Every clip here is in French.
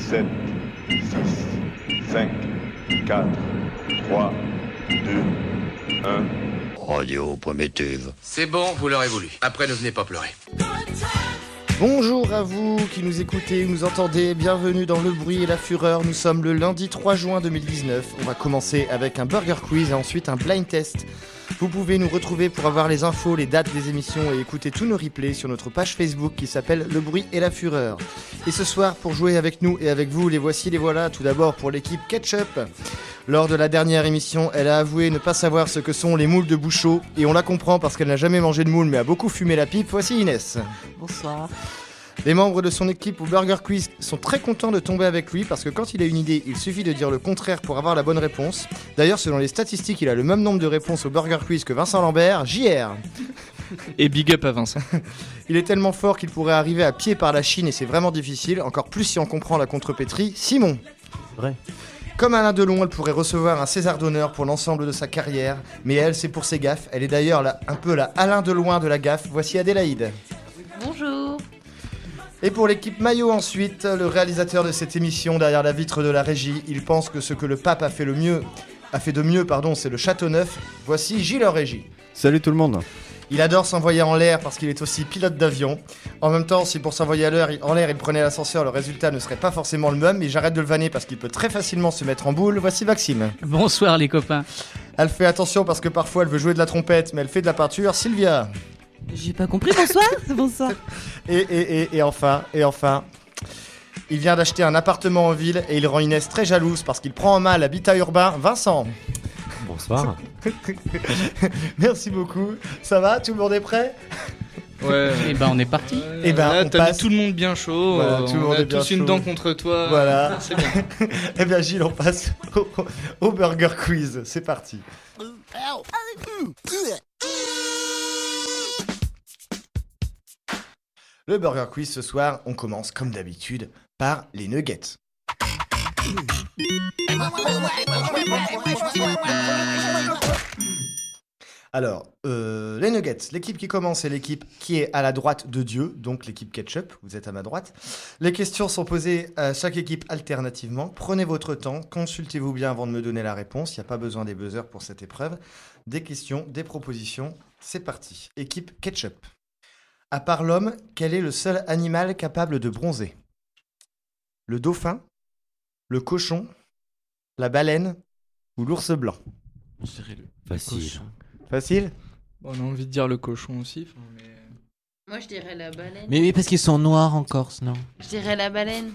7, 6, 5, 4, 3, 2, 1. Radio Primitive. C'est bon, vous l'aurez voulu. Après, ne venez pas pleurer. Bonjour à vous qui nous écoutez ou nous entendez, bienvenue dans Le Bruit et la Fureur. Nous sommes le lundi 3 juin 2019. On va commencer avec un burger quiz et ensuite un blind test. Vous pouvez nous retrouver pour avoir les infos, les dates des émissions et écouter tous nos replays sur notre page Facebook qui s'appelle Le Bruit et la Fureur. Et ce soir, pour jouer avec nous et avec vous, les voici, les voilà, tout d'abord pour l'équipe Ketchup. Lors de la dernière émission, elle a avoué ne pas savoir ce que sont les moules de Bouchot et on la comprend parce qu'elle n'a jamais mangé de moules mais a beaucoup fumé la pipe. Voici Inès. Bonsoir. Les membres de son équipe au Burger Quiz sont très contents de tomber avec lui parce que quand il a une idée, il suffit de dire le contraire pour avoir la bonne réponse. D'ailleurs, selon les statistiques, il a le même nombre de réponses au Burger Quiz que Vincent Lambert, JR. Et big up à Vincent. Il est tellement fort qu'il pourrait arriver à pied par la Chine et c'est vraiment difficile, encore plus si on comprend la contrepétrie. Simon Vrai. Comme Alain Delon, elle pourrait recevoir un César d'honneur pour l'ensemble de sa carrière, mais elle, c'est pour ses gaffes. Elle est d'ailleurs la- un peu la Alain Deloin de la gaffe. Voici Adélaïde. Bonjour. Et pour l'équipe maillot ensuite, le réalisateur de cette émission derrière la vitre de la régie, il pense que ce que le pape a fait le mieux, a fait de mieux, pardon, c'est le château neuf. Voici Gilles en régie. Salut tout le monde. Il adore s'envoyer en l'air parce qu'il est aussi pilote d'avion. En même temps, si pour s'envoyer à l'heure- en l'air il prenait l'ascenseur, le résultat ne serait pas forcément le même, mais j'arrête de le vanner parce qu'il peut très facilement se mettre en boule. Voici Maxime. Bonsoir les copains. Elle fait attention parce que parfois elle veut jouer de la trompette, mais elle fait de la peinture. Sylvia. J'ai pas compris, bonsoir. bonsoir. Et, et, et, et enfin, et enfin. Il vient d'acheter un appartement en ville et il rend Inès très jalouse parce qu'il prend en main l'habitat urbain. Vincent, Bonsoir. merci beaucoup. Ça va Tout le monde est prêt Ouais. Et ben on est parti. Eh ben, Là, on t'as passe. mis tout le monde bien chaud. Voilà, euh, tout le on monde a est bien tous une chaud. dent contre toi. Voilà. Ah, C'est bien. Eh bien Gilles, on passe au, au Burger Quiz. C'est parti. Le Burger Quiz ce soir, on commence comme d'habitude par les nuggets. Alors, euh, les nuggets, l'équipe qui commence est l'équipe qui est à la droite de Dieu, donc l'équipe ketchup, vous êtes à ma droite. Les questions sont posées à chaque équipe alternativement. Prenez votre temps, consultez-vous bien avant de me donner la réponse, il n'y a pas besoin des buzzers pour cette épreuve. Des questions, des propositions, c'est parti. Équipe ketchup. À part l'homme, quel est le seul animal capable de bronzer Le dauphin Le cochon La baleine Ou l'ours blanc Facile. Facile Bon, Oh, on a envie de dire le cochon aussi. enfin, mais- Moi, je dirais la baleine. Mais oui, parce qu'ils sont noirs en Corse, non Je dirais la baleine.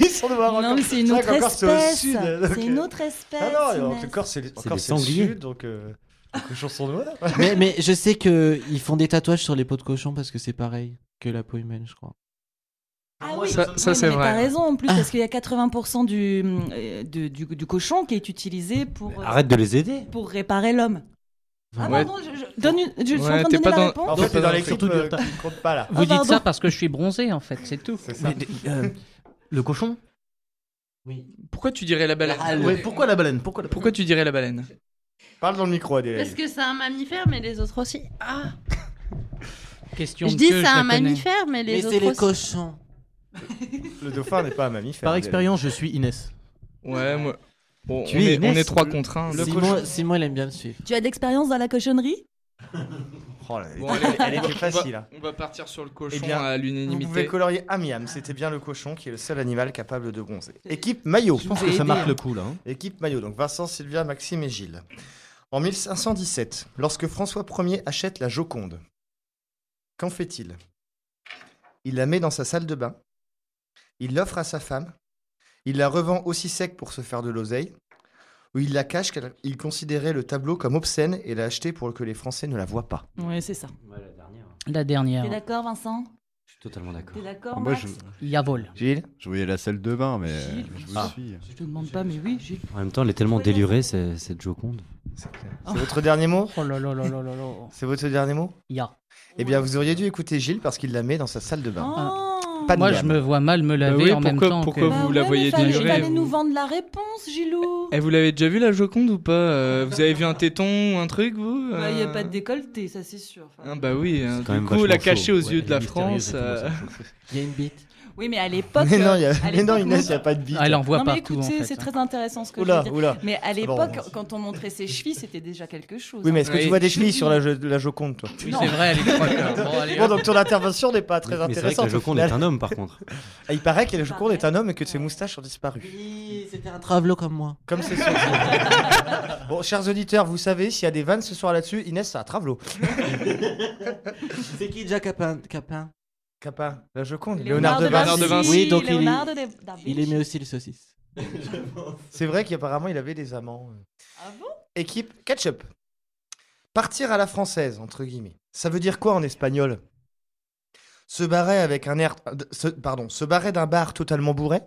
Ils sont noirs Non, encore. mais c'est une C'est vrai autre qu'encore, c'est au espèce. sud, donc, C'est une euh, autre espèce. Ah non, en Inès. tout cas, c'est encore, des c'est le sangliers. sud, donc euh, les chansons noires. mais, mais je sais que ils font des tatouages sur les peaux de cochon parce que c'est pareil que la peau humaine, je crois. Ah oui, Ça- ça, oui, c'est mais vrai. T'as raison en plus, Ah. parce qu'il y a 80% du, euh, de- du, du cochon qui est utilisé pour, euh, Arrête de les aider. pour réparer l'homme. Ah Ouais. non, non, je, je- donne une, je, je suis Ouais, en train de t'es donner pas la dans- réponse. En Donc, fait, t'es dans euh, les clips tout euh, le temps. qui comptent pas là. Ah, Vous dites pardon. ça parce que je suis bronzé en fait, c'est tout. C'est ça. Mais, euh, Le cochon Pourquoi tu dirais la baleine Ouais, pourquoi la baleine Pourquoi la... Pourquoi tu dirais la baleine Parle dans le micro, Parce Adélaïde. que c'est un mammifère, mais les autres aussi. Ah Question Je de dis queue, c'est la un connais. mammifère, mais mais les c'est autres les aussi. cochons. Le dauphin n'est pas un mammifère. Par Adélaïde. expérience, je suis Inès. Ouais, moi. Bon, Tu on, es est, Inès on est trois contre un. Simon, Simon, il aime bien me suivre. Tu as d'expérience dans la cochonnerie Oh là, elle Bon, était- allez, elle on était va- facile. hein. On va partir sur le cochon Eh bien, à Vous l'unanimité. pouvez colorier Amiam, c'était bien le cochon qui est le seul animal capable de bronzer. Équipe maillot. Je pense que ça marque le coup là. hein. Équipe maillot, donc Vincent, Sylvia, Maxime et Gilles. En 1517, lorsque François Ier achète la Joconde, qu'en fait-il Il la met dans sa salle de bain, il l'offre à sa femme, il la revend aussi sec pour se faire de l'oseille, ou il la cache car il considérait le tableau comme obscène et l'a acheté pour que les Français ne la voient pas. Oui, c'est ça. La dernière. T'es d'accord, Vincent Je suis totalement d'accord. T'es d'accord Moi, Max je, Yavol. Gilles je voyais la salle de bain, mais euh, Gilles, je vous ah. suis. Je te demande pas, mais oui, Gilles. En même temps, elle est tellement délurée, c'est- cette Joconde. C'est votre dernier mot Oh là là là là là là. C'est votre dernier mot Ya. Eh bien, vous auriez dû écouter Gilles parce qu'il la met dans sa salle de bain. Oh Pas de Moi, gamme. je me vois mal me laver Bah oui, en même pourquoi- temps. pourquoi que... vous Bah la ouais, voyez mais fallait- Fallait, délirer, fallait vous. nous vendre la réponse, Gilou. Eh, vous l'avez déjà vu la Joconde ou pas Euh, Vous avez vu un téton ou un truc, vous Il n'y a Euh, pas de décolleté, ça c'est sûr. Enfin, Ah bah oui, hein, quand même du coup, la vachement cacher chaud. aux Ouais, yeux de elle la est mystérieuse, France. elle commence à euh, Il y a une bite. Oui, mais à l'époque. Mais non, il y a- euh, à mais non l'époque, Inès, il on- n'y a pas de bite. Ah, elle en voit Non, mais partout. écoutez, en fait, c'est hein. très intéressant ce que Oula, je veux dire. oula. Mais à bon, l'époque, on- quand on montrait ses chevilles, c'était déjà quelque chose. Oui, mais hein. est-ce que tu Oui. vois des chevilles sur la, Jo- la Joconde, toi Oui, Non. c'est vrai, elle est trois quarts. Bon, allez, Bon, hop. donc ton intervention n'est pas très Mais c'est vrai que intéressante. la Joconde au est final. un homme, par contre. Et Il paraît que la Joconde est un homme et que ses moustaches ont disparu. Oui, c'était un travelot comme moi. Comme c'est son Bon, chers auditeurs, vous savez, s'il y a des vannes ce soir là-dessus, Inès, ça a travelo. C'est qui déjà Capin, Capin Capin, la Joconde, Léonard de Léonard Vinci. de Vinci. Oui, donc il est- Léonard de Da Vinci. Il aimait aussi les saucisses. C'est vrai qu'apparemment, il avait des amants. euh. Ah bon Équipe ketchup. Partir à la française, entre guillemets. Ça veut dire quoi en espagnol Se barrer avec un air. de- se- pardon, se barrer d'un bar totalement bourré.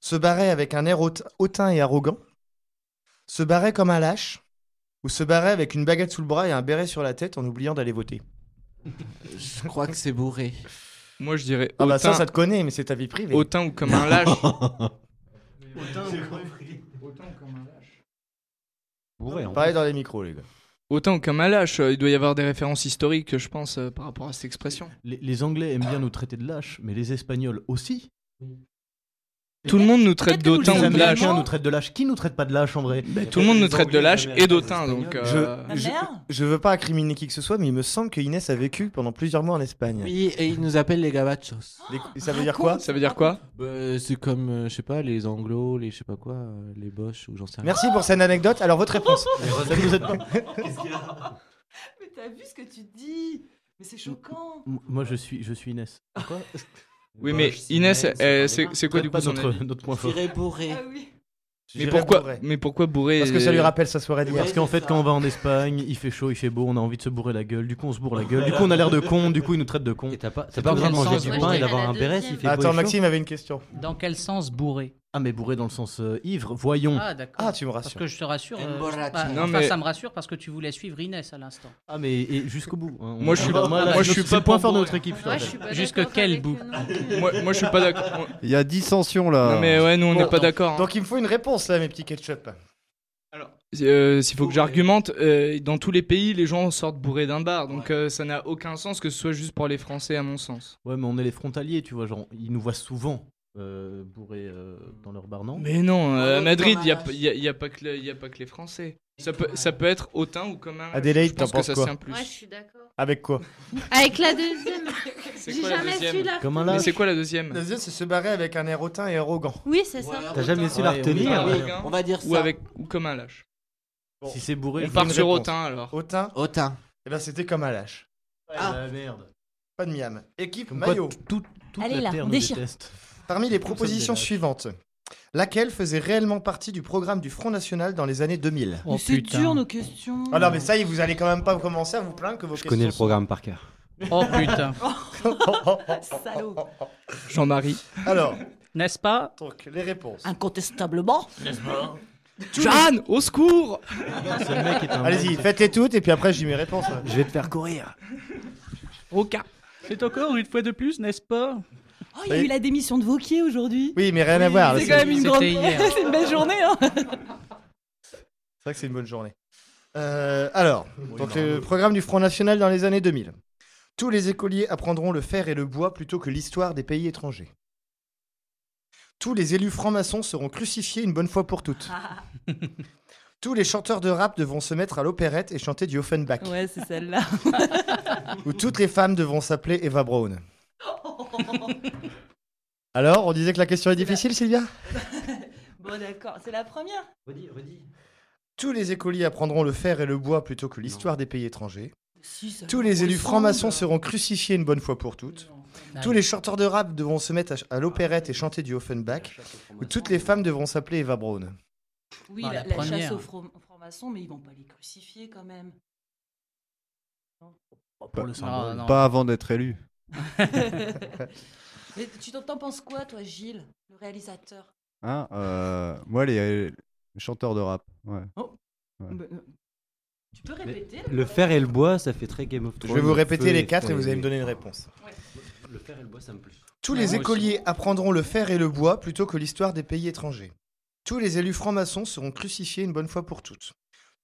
Se barrer avec un air haut- hautain et arrogant. Se barrer comme un lâche. Ou se barrer avec une baguette sous le bras et un béret sur la tête en oubliant d'aller voter. Je crois que c'est bourré. Moi, je dirais Ah bah ça, autant- ça te connaît, mais c'est ta vie privée. Autant ou comme un lâche. Bourré, en Parlez dans les micros, les gars. Autant ou comme un lâche. euh, Il doit y avoir des références historiques, je pense, euh, par rapport à cette expression. Les, les Anglais aiment bien nous traiter de lâches, mais les Espagnols aussi. Tout le monde nous traite peut-être que vous d'autant les ou les de avez lâche. Américains nous traitent de lâches. Qui nous traite pas de lâches en vrai Tout le monde nous traite de lâche et d'autant, donc. euh, Ma Je- mère Je veux pas incriminer qui que ce soit, mais il me semble que Inès a vécu pendant plusieurs mois en Espagne. Oui, et ils nous appellent les gabachos. Les- Ça veut dire quoi Ça veut dire quoi Bah, c'est comme, euh, je sais pas, les anglos, les je sais pas quoi, euh, les boches ou j'en sais rien. Merci pour cette anecdote. Alors, votre réponse Ça vous aide pas Mais t'as vu ce que tu dis Mais c'est choquant. M- Moi, je suis, je suis Inès. Quoi Oui, mais Inès, euh, c'est c'est quoi du coup pas son notre, avis notre point Je fort dirais bourré. Ah oui. Mais J'irais pourquoi bourré. Mais pourquoi bourré Parce que ça lui euh, rappelle sa soirée d'hier. Parce qu'en fait, quand on va en Espagne, il fait chaud, il fait beau, on a envie de se bourrer la gueule. Du coup, on se bourre la gueule. Du coup, on a l'air de con. Du coup, ils nous traitent de con. Et t'as pas, C'est t'as pas tout besoin de dans le manger sens, du moi, pain je et d'avoir dirais un la béret deuxième. s'il fait beau et Ah, Attends, chaud. Maxime avait une question. Dans quel sens bourré Ah, mais bourré dans le sens euh, ivre, voyons. Ah, d'accord. Ah, tu me Parce rassures. que je te rassure. euh, Emborracho. bah, Non, enfin, mais- ça me rassure parce que tu voulais suivre Inès à l'instant. Ah, mais et jusqu'au bout. hein. Moi, je suis- Ah, là, moi, c'est je suis notre- pas c'est le point pour fort de bourré. notre équipe. sur la Moi, je table. suis pas Jusque d'accord quel avec bout eux non plus. Moi, moi, je suis pas d'accord. Il y a dissension là. Non, mais ouais, nous, on n'est Bon, pas d'accord. hein. Donc, il me faut une réponse là, mes petits ketchup. Euh, S'il faut que j'argumente, euh, dans tous les pays, les gens sortent bourrés d'un bar. Donc euh, ça n'a aucun sens que ce soit juste pour les Français, à mon sens. Ouais, mais on est les frontaliers, tu vois. Genre, ils nous voient souvent euh, bourrés euh, dans leur bar, non Mais non, euh, à Oh, Madrid, il n'y a, dommage. y a- y a pas que le- y a pas que les Français. Ça peut, ça peut être autant ou comme un. Adélaïde, je pense t'en penses que ça quoi c'est un plus. Moi, je suis d'accord. Avec quoi Avec la deuxième. C'est J'ai quoi la jamais su deuxième la. Comme un Mais lâche. c'est quoi la deuxième Deuxième, c'est se barrer avec un air hautain et arrogant. Oui, c'est ça. T'as jamais su la Ouais, retenir oui. Arrogant On va dire ça. ou avec ou comme un lâche. Bon. Si c'est bourré, On je- part une sur réponse. autant alors. Hautain, Otin. et ben c'était comme un lâche. Ah. Ah, merde. Pas de miam. Équipe Comme quoi, maillot. tout- tout- toute Allez, la là, terre on nous déchire. déteste. Parmi les Comme ça, propositions c'est suivantes, laquelle faisait réellement partie du programme du Front National dans les années 2000 Oh, Mais c'est putain. dur nos questions. Alors, Ah mais ça y est, vous allez quand même pas commencer à vous plaindre que vos Je questions connais le sont- programme par cœur. Oh putain. Ah, Salaud. Oh, Jean-Marie. Alors, N'est-ce pas donc, les réponses. Incontestablement. Jeanne, au secours Ce mec est un Allez-y, faites-les toutes et puis après, j'ai mes réponses. hein. ouais. Je vais te faire courir. Roca. C'est encore une fois de plus, n'est-ce pas Oh, il y a eu la démission de Vauquier aujourd'hui. Oui, mais rien à voir. là, C'est C'est quand même une c'était grande. hier. c'est une belle journée. Hein. c'est vrai que c'est une bonne journée. Euh, alors, donc le programme du Front National dans les années 2000. Tous les écoliers apprendront le fer et le bois plutôt que l'histoire des pays étrangers. Tous les élus francs-maçons seront crucifiés une bonne fois pour toutes. Tous les chanteurs de rap devront se mettre à l'opérette et chanter du Offenbach. Ouais, c'est celle-là. Où toutes les femmes devront s'appeler Eva Braun. Alors, on disait que la question est difficile, Sylvia Bon, d'accord. C'est la première. Tous les écoliers apprendront le fer et le bois plutôt que l'histoire des pays étrangers. Si, ça Tous les élus ressemble. francs-maçons seront crucifiés une bonne fois pour toutes. Ah Tous oui. les chanteurs de rap devront se mettre à- à l'opérette et chanter du Offenbach. Où toutes les femmes devront s'appeler Eva Braun. Oui, Bah, la, la la première. chasse aux francs- aux francs-maçons, mais ils vont pas les crucifier quand même. Pour le Ah, Non, symbole. non. Pas avant d'être élu. Mais tu t'en- t'en penses quoi, toi, Gilles, le réalisateur Hein euh, moi, les, les chanteurs de rap. Ouais. Ouais. Bah, euh, Tu peux répéter Le fer et le bois, ça fait très Game of Je Thrones. vais vous le répéter feu les et quatre et feu vous allez me donner une réponse. Le fer et le bois, ça me plaît. Tous Ouais, les moi aussi. écoliers apprendront le fer et le bois plutôt que l'histoire des pays étrangers. Tous les élus francs-maçons seront crucifiés une bonne fois pour toutes.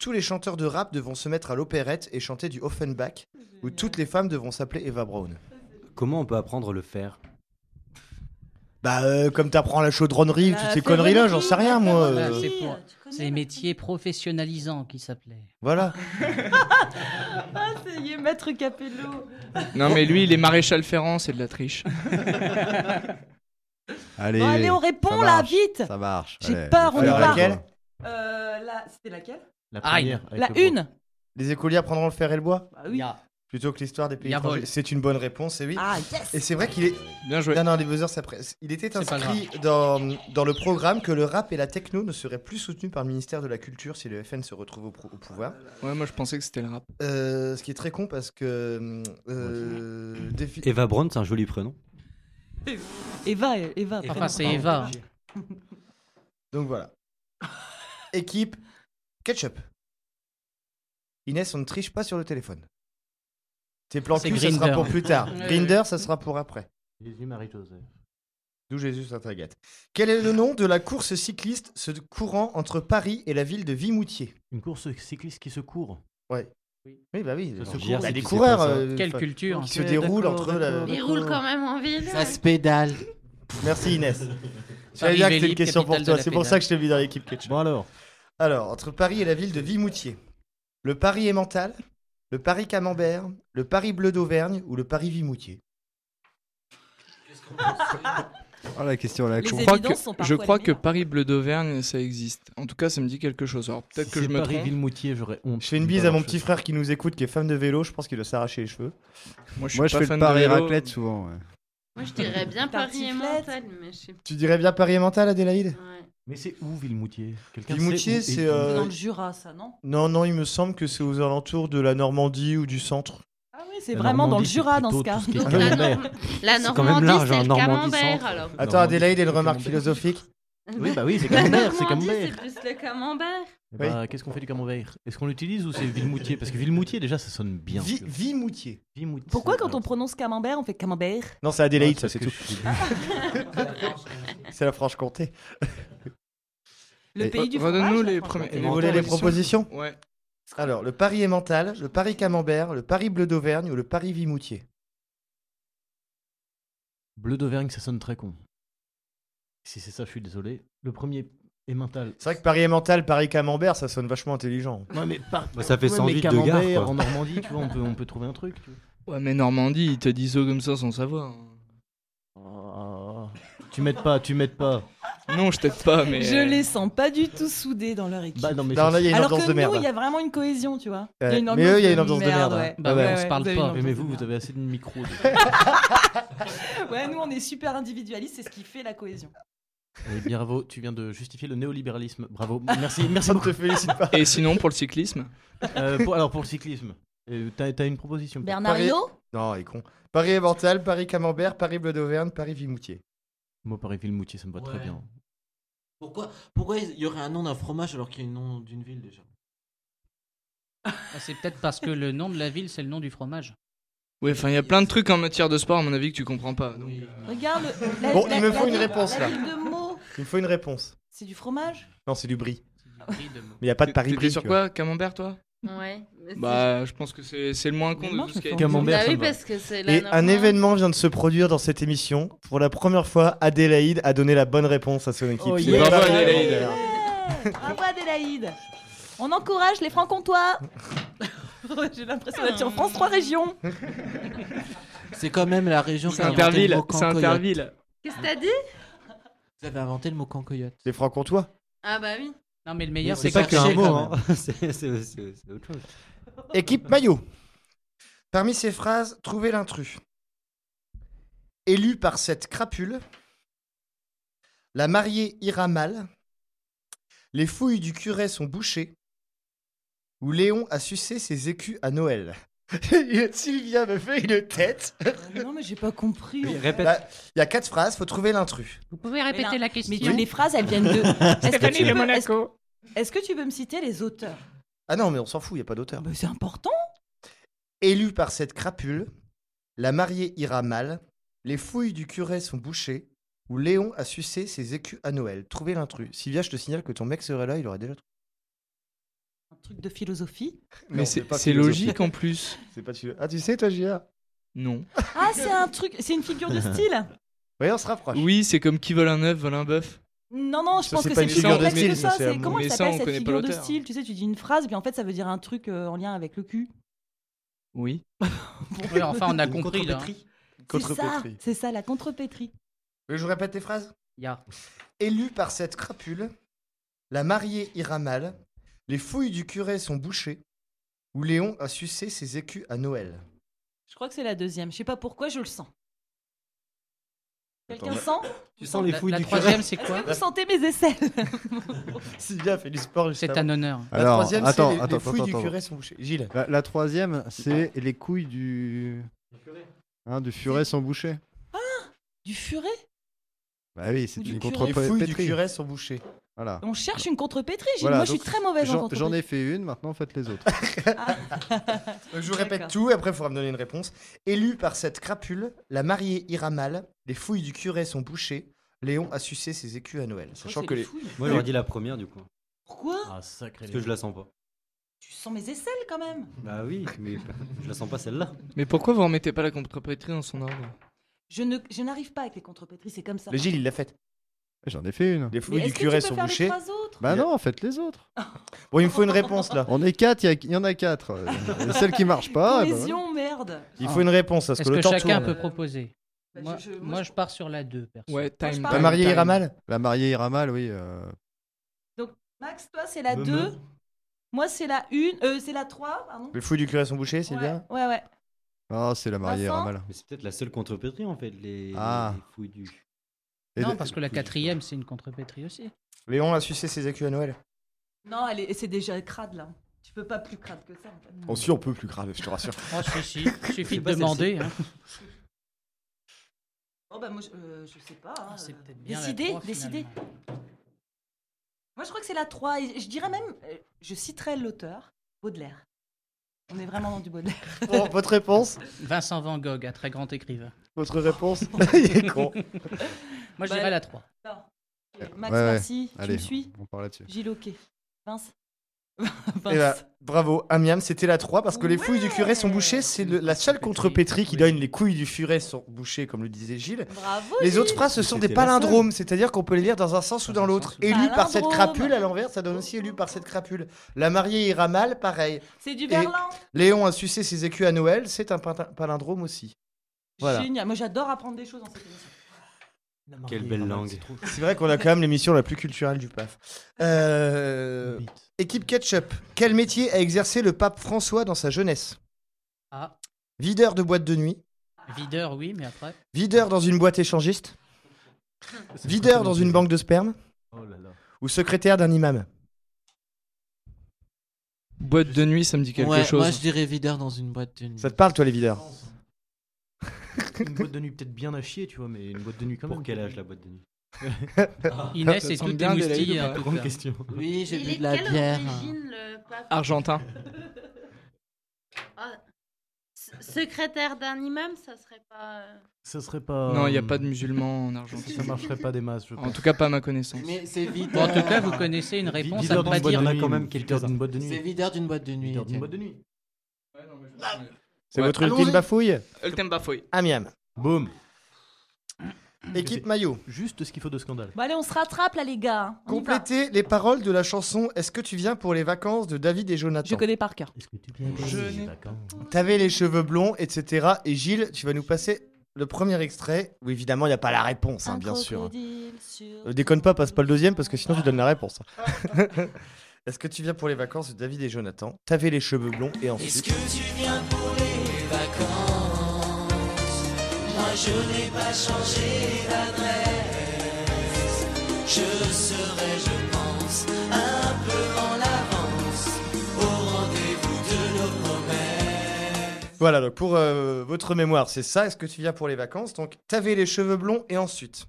Tous les chanteurs de rap devront se mettre à l'opérette et chanter du Offenbach, où toutes les femmes devront s'appeler Eva Braun. Comment on peut apprendre le fer Bah, euh, comme t'apprends la chaudronnerie Bah, ou toutes ces conneries-là, j'en sais rien, moi. Voilà, Bah, euh. c'est pour- c'est les métiers professionnalisants qui s'appelaient. Voilà. Ah, ça y est, Maître Capello. Non, mais lui, il est maréchal Ferrand, c'est de la triche. Allez, Bon, allez, on répond, ça là, marche, vite. Ça marche. Oh, J'ai allez. peur, on y Alors, va. laquelle Euh, là, c'était laquelle La première, Aïe. avec La le bois. une. Les écoliers apprendront le fer et le bois Bah oui. plutôt que l'histoire des pays Yavol. étrangers. C'est une bonne réponse, et oui. Ah, yes. Et c'est vrai qu'il est. Bien joué. Non, non, les buzzers, ça presse. Il était C'est pas inscrit dans, dans le programme que le rap et la techno ne seraient plus soutenus par le ministère de la Culture si le FN se retrouve au, pro- au pouvoir. Ouais, moi je pensais que c'était le rap. Euh, ce qui est très con parce que. hum, euh, défi- Eva Braun, c'est un joli prénom. Eva, Eva. pardon. Enfin, c'est Eva. Donc voilà. Équipe Ketchup. Inès, on ne triche pas sur le téléphone. Tes plans C'est cul, ça sera Grindr. pour plus tard. Ouais. Grinder, ça sera pour après. Jésus, Marie-Joseph. D'où Jésus saint Agathe. Quel est le nom de la course cycliste se courant entre Paris et la ville de Vimoutier Une course cycliste qui se court. Oui, bah oui. Ça se Bah, court, des c'est qui coureurs sait pas ça euh, Quelle enfin, culture hein. qui se déroulent entre la. Il roule quand même en ville. Ça se pédale. Merci Inès. J'avais bien que c'était une Vélib, question pour capitale de toi. la C'est pour pédale. ça que je t'ai mis dans l'équipe Ketchup. Bon alors. Alors, entre Paris et la ville de Vimoutier, le Paris Emmental, le Paris Camembert, le Paris Bleu d'Auvergne ou le Paris Vimoutier Oh, la question à la Les con. Je crois, évidences que, sont je parfois crois les que meilleures. Paris Bleu d'Auvergne, ça existe. En tout cas, ça me dit quelque chose. Alors peut-être si que je c'est me Paris trompe. Villemoutier, j'aurais honte. Je fais une de bise pas à mon avoir petit fait frère qui nous écoute, qui est fan de vélo. Je pense qu'il doit s'arracher les cheveux. Moi, je suis Moi, je pas fais fan le de Paris vélo. raclette souvent. ouais. Moi, je dirais bien Paris et Tartiflette. mental, mais je sais pas. Tu dirais bien Paris Emmental, Adélaïde Ouais. ça. Mais c'est où Villemoutier Quelqu'un Vimoutier, sait où- c'est. et- C'est euh, Dans le Jura, ça, non Non, non, il me semble que c'est aux alentours de la Normandie ou du centre. Ah oui, c'est La vraiment dans le Normandie, c'est Jura dans ce plutôt cas. tout ce qui est Donc Ah oui, la, mais- Nor- la C'est quand même Normandie, large, c'est hein, le Normandie camembert centre. alors. Attends, Adélaïde, elle remarque philosophique. Oui, bah oui, c'est La Camembert, c'est Normandie, Camembert. c'est plus le camembert. Eh bah, Qu'est-ce qu'on fait du Camembert Est-ce qu'on l'utilise ou c'est Villemoutier Parce que Villemoutier, déjà, ça sonne bien. Vi- Vimoutier. Villemoutier. Pourquoi quand on prononce camembert, on fait camembert Non, c'est Adélaïde, ça, c'est que tout. je suis- C'est la Franche-Comté. Le Et- pays du Redonne-nous fromage, les la France. premiers. Vous voulez les propositions Ouais. Alors, le Paris Emmental, le Paris Camembert, le Paris Bleu d'Auvergne ou le Paris Vimoutier Bleu d'Auvergne, ça sonne très con. Si c'est ça, je suis désolé. Le premier est mental. C'est vrai que Paris Emmental, Paris Camembert, ça sonne vachement intelligent. Ouais, mais pas. Bah, ça fait ouais, mais sandwich de Camembert, hein. gare. en quoi. Normandie, tu vois, on peut, on peut trouver un truc. Tu, vois. Ouais, mais Normandie, ils te disent ça comme ça sans savoir. Ah, tu m'aides pas, tu m'aides pas. Non, je t'aide pas, mais. Je les sens pas du tout soudés dans leur équipe. Bah non, mais Non, ça- là, il y a une Alors ambiance que de nous, merde. il y a vraiment une cohésion, tu vois. Ouais. Il y a une Mais ambiance eux, il y a de une ambiance de merde, ouais. Bah ouais, on ouais, se parle vous avez pas. une mais, ambiance vous, de vous avez assez de micros. de- merde. Ouais, nous, on est super individualistes, c'est ce qui fait la cohésion. Allez, bravo, Eh tu viens de justifier le néolibéralisme. Bravo, merci, merci Ça ne beaucoup. te félicite pas. euh, Et sinon, pour le cyclisme Euh, pour- alors pour le cyclisme, euh, t'as t'as une proposition peut-être Bernard Paris- Hinault Non, il est con. Paris Emmental, Paris Camembert, Paris Bleu d'Auvergne, Paris Vimoutier. Moi, Paris-Villemoutier, ça me va très Ouais. bien. Pourquoi, pourquoi il y aurait un nom d'un fromage alors qu'il y a un nom d'une ville déjà Ah, C'est peut-être parce que le nom de la ville, c'est le nom du fromage. Ouais, enfin, il y a plein de trucs en matière de sport, à mon avis, que tu comprends pas. donc, euh, Regarde le. la- Bon, la- il me la faut une ville- réponse, là. la ville de Meaux, Il me faut une réponse. c'est du fromage Non, c'est du bris. Prix de mots. Mais il n'y a pas de t'étais Paris bris. sur tu vois. quoi Camembert, toi Ouais. mais c'est- Bah, je pense que c'est c'est le moins Mais con de non, tout ce c'est qu'il y a. pas- Camembert, Bah ça oui, me va. parce que c'est la Et un Normandie. événement vient de se produire dans cette émission. Pour la première fois, Adélaïde a donné la bonne réponse à son équipe. Oh C'est yeah. pas Bravo, mal. Adélaïde. Ouais, Bravo, Adélaïde On encourage les francs-comtois J'ai l'impression d'être sur France 3 Régions C'est quand même la région qui C'est a inventé le Interville, mot c'est cancoyote. Interville. Qu'est-ce que t'as dit Vous avez inventé le mot cancoyote. Les francs-comtois. Ah bah oui. Non, mais le meilleur, c'est C'est pas quand qu'un c'est- mot, hein. c'est c'est- c'est- c'est autre chose. Équipe maillot. Parmi ces phrases, trouvez l'intrus. Élu par cette crapule, la mariée ira mal, les fouilles du curé sont bouchées, où Léon a sucé ses écus à Noël. Sylvia me fait une tête. Non, mais j'ai pas compris Oui, répète. Bah, Il y a quatre phrases, faut trouver l'intrus. Vous pouvez répéter Mais là- la Mais tu- les phrases, elles viennent de. Est-ce que, tu peux... est-ce- est-ce que tu peux me citer les auteurs Ah non, mais on s'en fout, il n'y a pas Ah d'auteur. bah, C'est important Élu par cette crapule, la mariée ira mal, Les fouilles du curé sont bouchées, où Léon a sucé ses écus à Noël. Trouvez l'intrus. Sylvia, je te signale que ton mec serait là, il aurait déjà trouvé. Un truc de philosophie Mais Non, c'est- pas c'est philosophique. logique en plus. C'est pas de philo- Ah, tu sais, toi, Gia Non. Ah, c'est un truc, c'est une figure de style Oui, on se rapproche. Oui, c'est comme qui vole un œuf, vole un bœuf. Non, non, je Ça, pense c'est que pas c'est une plus figure de complexe style, que ça. ça, c'est C'est un- comment mais ça ça, s'appelle on cette connaît pas figure de l'auteur. style Tu sais, tu dis une phrase, puis en fait, ça veut dire un truc euh, en lien avec le cul. Oui. Ouais, enfin, on a Une compris là. contrepétrie. C'est ça, Contrepétrie. c'est ça, la contrepétrie. Je vous répète les phrases Ya. Élue par cette crapule, la mariée ira mal, les fouilles du curé sont bouchées, où Léon a sucé ses écus à Noël. Je crois que c'est la deuxième. Je sais pas pourquoi, je le sens. Quelqu'un sent Attends, Tu sens les La- fouilles la du troisième, curé. c'est Est-ce quoi que vous sentez mes aisselles Sylvia fait du sport juste C'est avant. un honneur. La Alors, troisième, attends, c'est les, les attends, fouilles attends, du attends. curé sont bouchées. Gilles, La, la troisième, c'est les couilles du. Hein, du furet sans boucher. Du furet Bah oui, c'est Ou du une curé. les fouilles du contrepétrie. curé sont bouchées. Voilà. On cherche une contrepétrie, Gilles. Voilà, Moi, je suis donc, très mauvaise en J'en contrepétrie. j'en ai fait une, maintenant faites les autres. Donc, je vous répète tout et après il faudra me donner une réponse. Élue par cette crapule, la mariée ira mal, les fouilles du curé sont bouchées, Léon a sucé ses écus à Noël. Sachant c'est que les les. fouilles. Moi, j'aurais dit la première du coup. Pourquoi Ah, sacré. Parce que je la sens pas. Tu sens mes aisselles quand même. Bah oui, mais je la sens pas celle-là. Mais pourquoi vous remettez pas la contrepétrie dans son ordre Je ne, je n'arrive pas avec les contrepétries, c'est comme ça. Le Gilles, il l'a faite. J'en ai fait une. Les Mais fouilles est-ce du que tu peux curé sont faire les bouchées. trois autres Bah Il y a- non, faites les autres. Bon, il me faut une réponse là. On est quatre, il y a- il y, en a quatre. Euh, Celle qui marche pas. bah voilà. Cohésion, merde. Il faut une réponse parce Est-ce que que le temps chacun tourne. peut proposer Bah, moi, je- je- moi, moi, je pars sur la 2, perso. Ouais, je parle. time. La La mariée ira time. mal La mariée ira mal, oui. euh, Max, toi, c'est la Me- 2. Moi, c'est la 1. Euh, c'est la 3, pardon. Les fouilles du curé sont bouchées, c'est bien Ouais, ouais. Ah, c'est la mariée ira Vincent mal. Mais c'est peut-être la seule contrepétrie en fait, les, Ah. les fouilles du. Et Non, les- parce que la quatrième, c'est une contrepétrie aussi. Léon a sucé ses écus à Noël. Non, elle est- c'est déjà crade là. Tu peux pas plus crade que ça en fait. Oh si, on peut plus grave, je te rassure. Oh, si, si. Suffit de pas demander. hein. Oh bah moi je, euh, je sais pas. hein, Ah, c'est peut-être euh, bien la décidez, trois, décidez. finalement. Moi je crois que c'est la 3 et je dirais même euh, je citerai l'auteur Baudelaire. On est vraiment dans du Baudelaire. Bon, votre réponse Vincent Van Gogh, un très grand écrivain. Votre réponse Il est con. Moi, Bah, je dirais la 3. Euh, Max ouais, ouais. merci, tu Allez, me suis on parle là-dessus. Gilles OK. Vince. Eh ben, bravo, Amiam, c'était la 3 parce que les fouilles du curé sont Ouais. bouchées, c'est le- la seule contrepétrie qui Oui. donne les couilles du curé sont bouchées, comme le disait Gilles. Bravo. ben, Les Gilles. autres phrases, ce sont des C'était la seule. palindromes, c'est-à-dire qu'on peut les lire dans un sens ou dans Dans un l'autre. sens ou dans Élu par cette Palindrome. crapule, à l'envers, ça donne aussi élu par cette crapule. La mariée ira mal, pareil. C'est du Berlin. Léon a sucé ses écus à Noël, c'est un pata- palindrome aussi. Voilà. Génial. Moi j'adore apprendre des choses dans cette émission. Quelle belle langue. C'est vrai qu'on a quand même l'émission la plus culturelle du PAF. Euh, Équipe Ketchup, quel métier a exercé le pape François dans sa jeunesse Ah, Videur de boîte de nuit, videur, oui, mais après. videur dans une boîte échangiste, videur dans une banque de sperme Oh là là. ou secrétaire d'un imam Boîte de nuit, ça me dit quelque ouais, chose. Moi, je dirais videur dans une boîte de nuit. Ça te parle, toi, les videurs Une boîte de nuit peut-être bien à chier, tu vois, mais une boîte de nuit quand même. Pour quel âge la boîte de nuit Ah. Inès Ça et te semble toutes les bien, Adélaïde, moustilles. ou pas hein, tout Grande ça. question. Oui, j'ai Il bu est de la quelle bière. origine, le pape Argentin. Ah, s- Secrétaire d'un imam, ça serait pas. euh, Ça serait pas. Non, il n'y a pas de musulmans en Parce que Argentine. Ça marcherait pas des masses, je En pense. tout cas, pas à ma connaissance. Mais c'est Bon, videur. en tout cas, vous connaissez une réponse à ne Videur pas d'une boîte dire. de nuit, dire. Il y en a quand même videur quelques-uns. d'une boîte de C'est nuit. videur d'une boîte de nuit. Videur d'une Étienne. boîte de nuit. C'est Ouais. votre ultime Allons-y. bafouille Ultem Bafoy. Amiam. Boum. Ah, Équipe maillot. Juste ce qu'il faut de scandale. Bon allez, on se rattrape là les gars. hein. On y va. Complétez les paroles de la chanson Est-ce que tu viens pour les vacances de David et Je Jonathan connais par cœur. Est-ce que tu viens Je passer les n'ai- vacances T'avais les cheveux blonds, etc. Et Gilles, tu vas nous passer le premier extrait où évidemment il n'y a pas la réponse, hein, Un bien sûr. crocodile sur- Euh, Déconne pas, passe pas le deuxième parce que sinon tu donnes la réponse. Est-ce que tu viens pour les vacances de David et Jonathan T'avais les cheveux blonds et ensuite. Voilà, donc pour euh, votre mémoire, c'est ça. Est-ce que tu viens pour les vacances Donc t'avais les cheveux blonds et ensuite.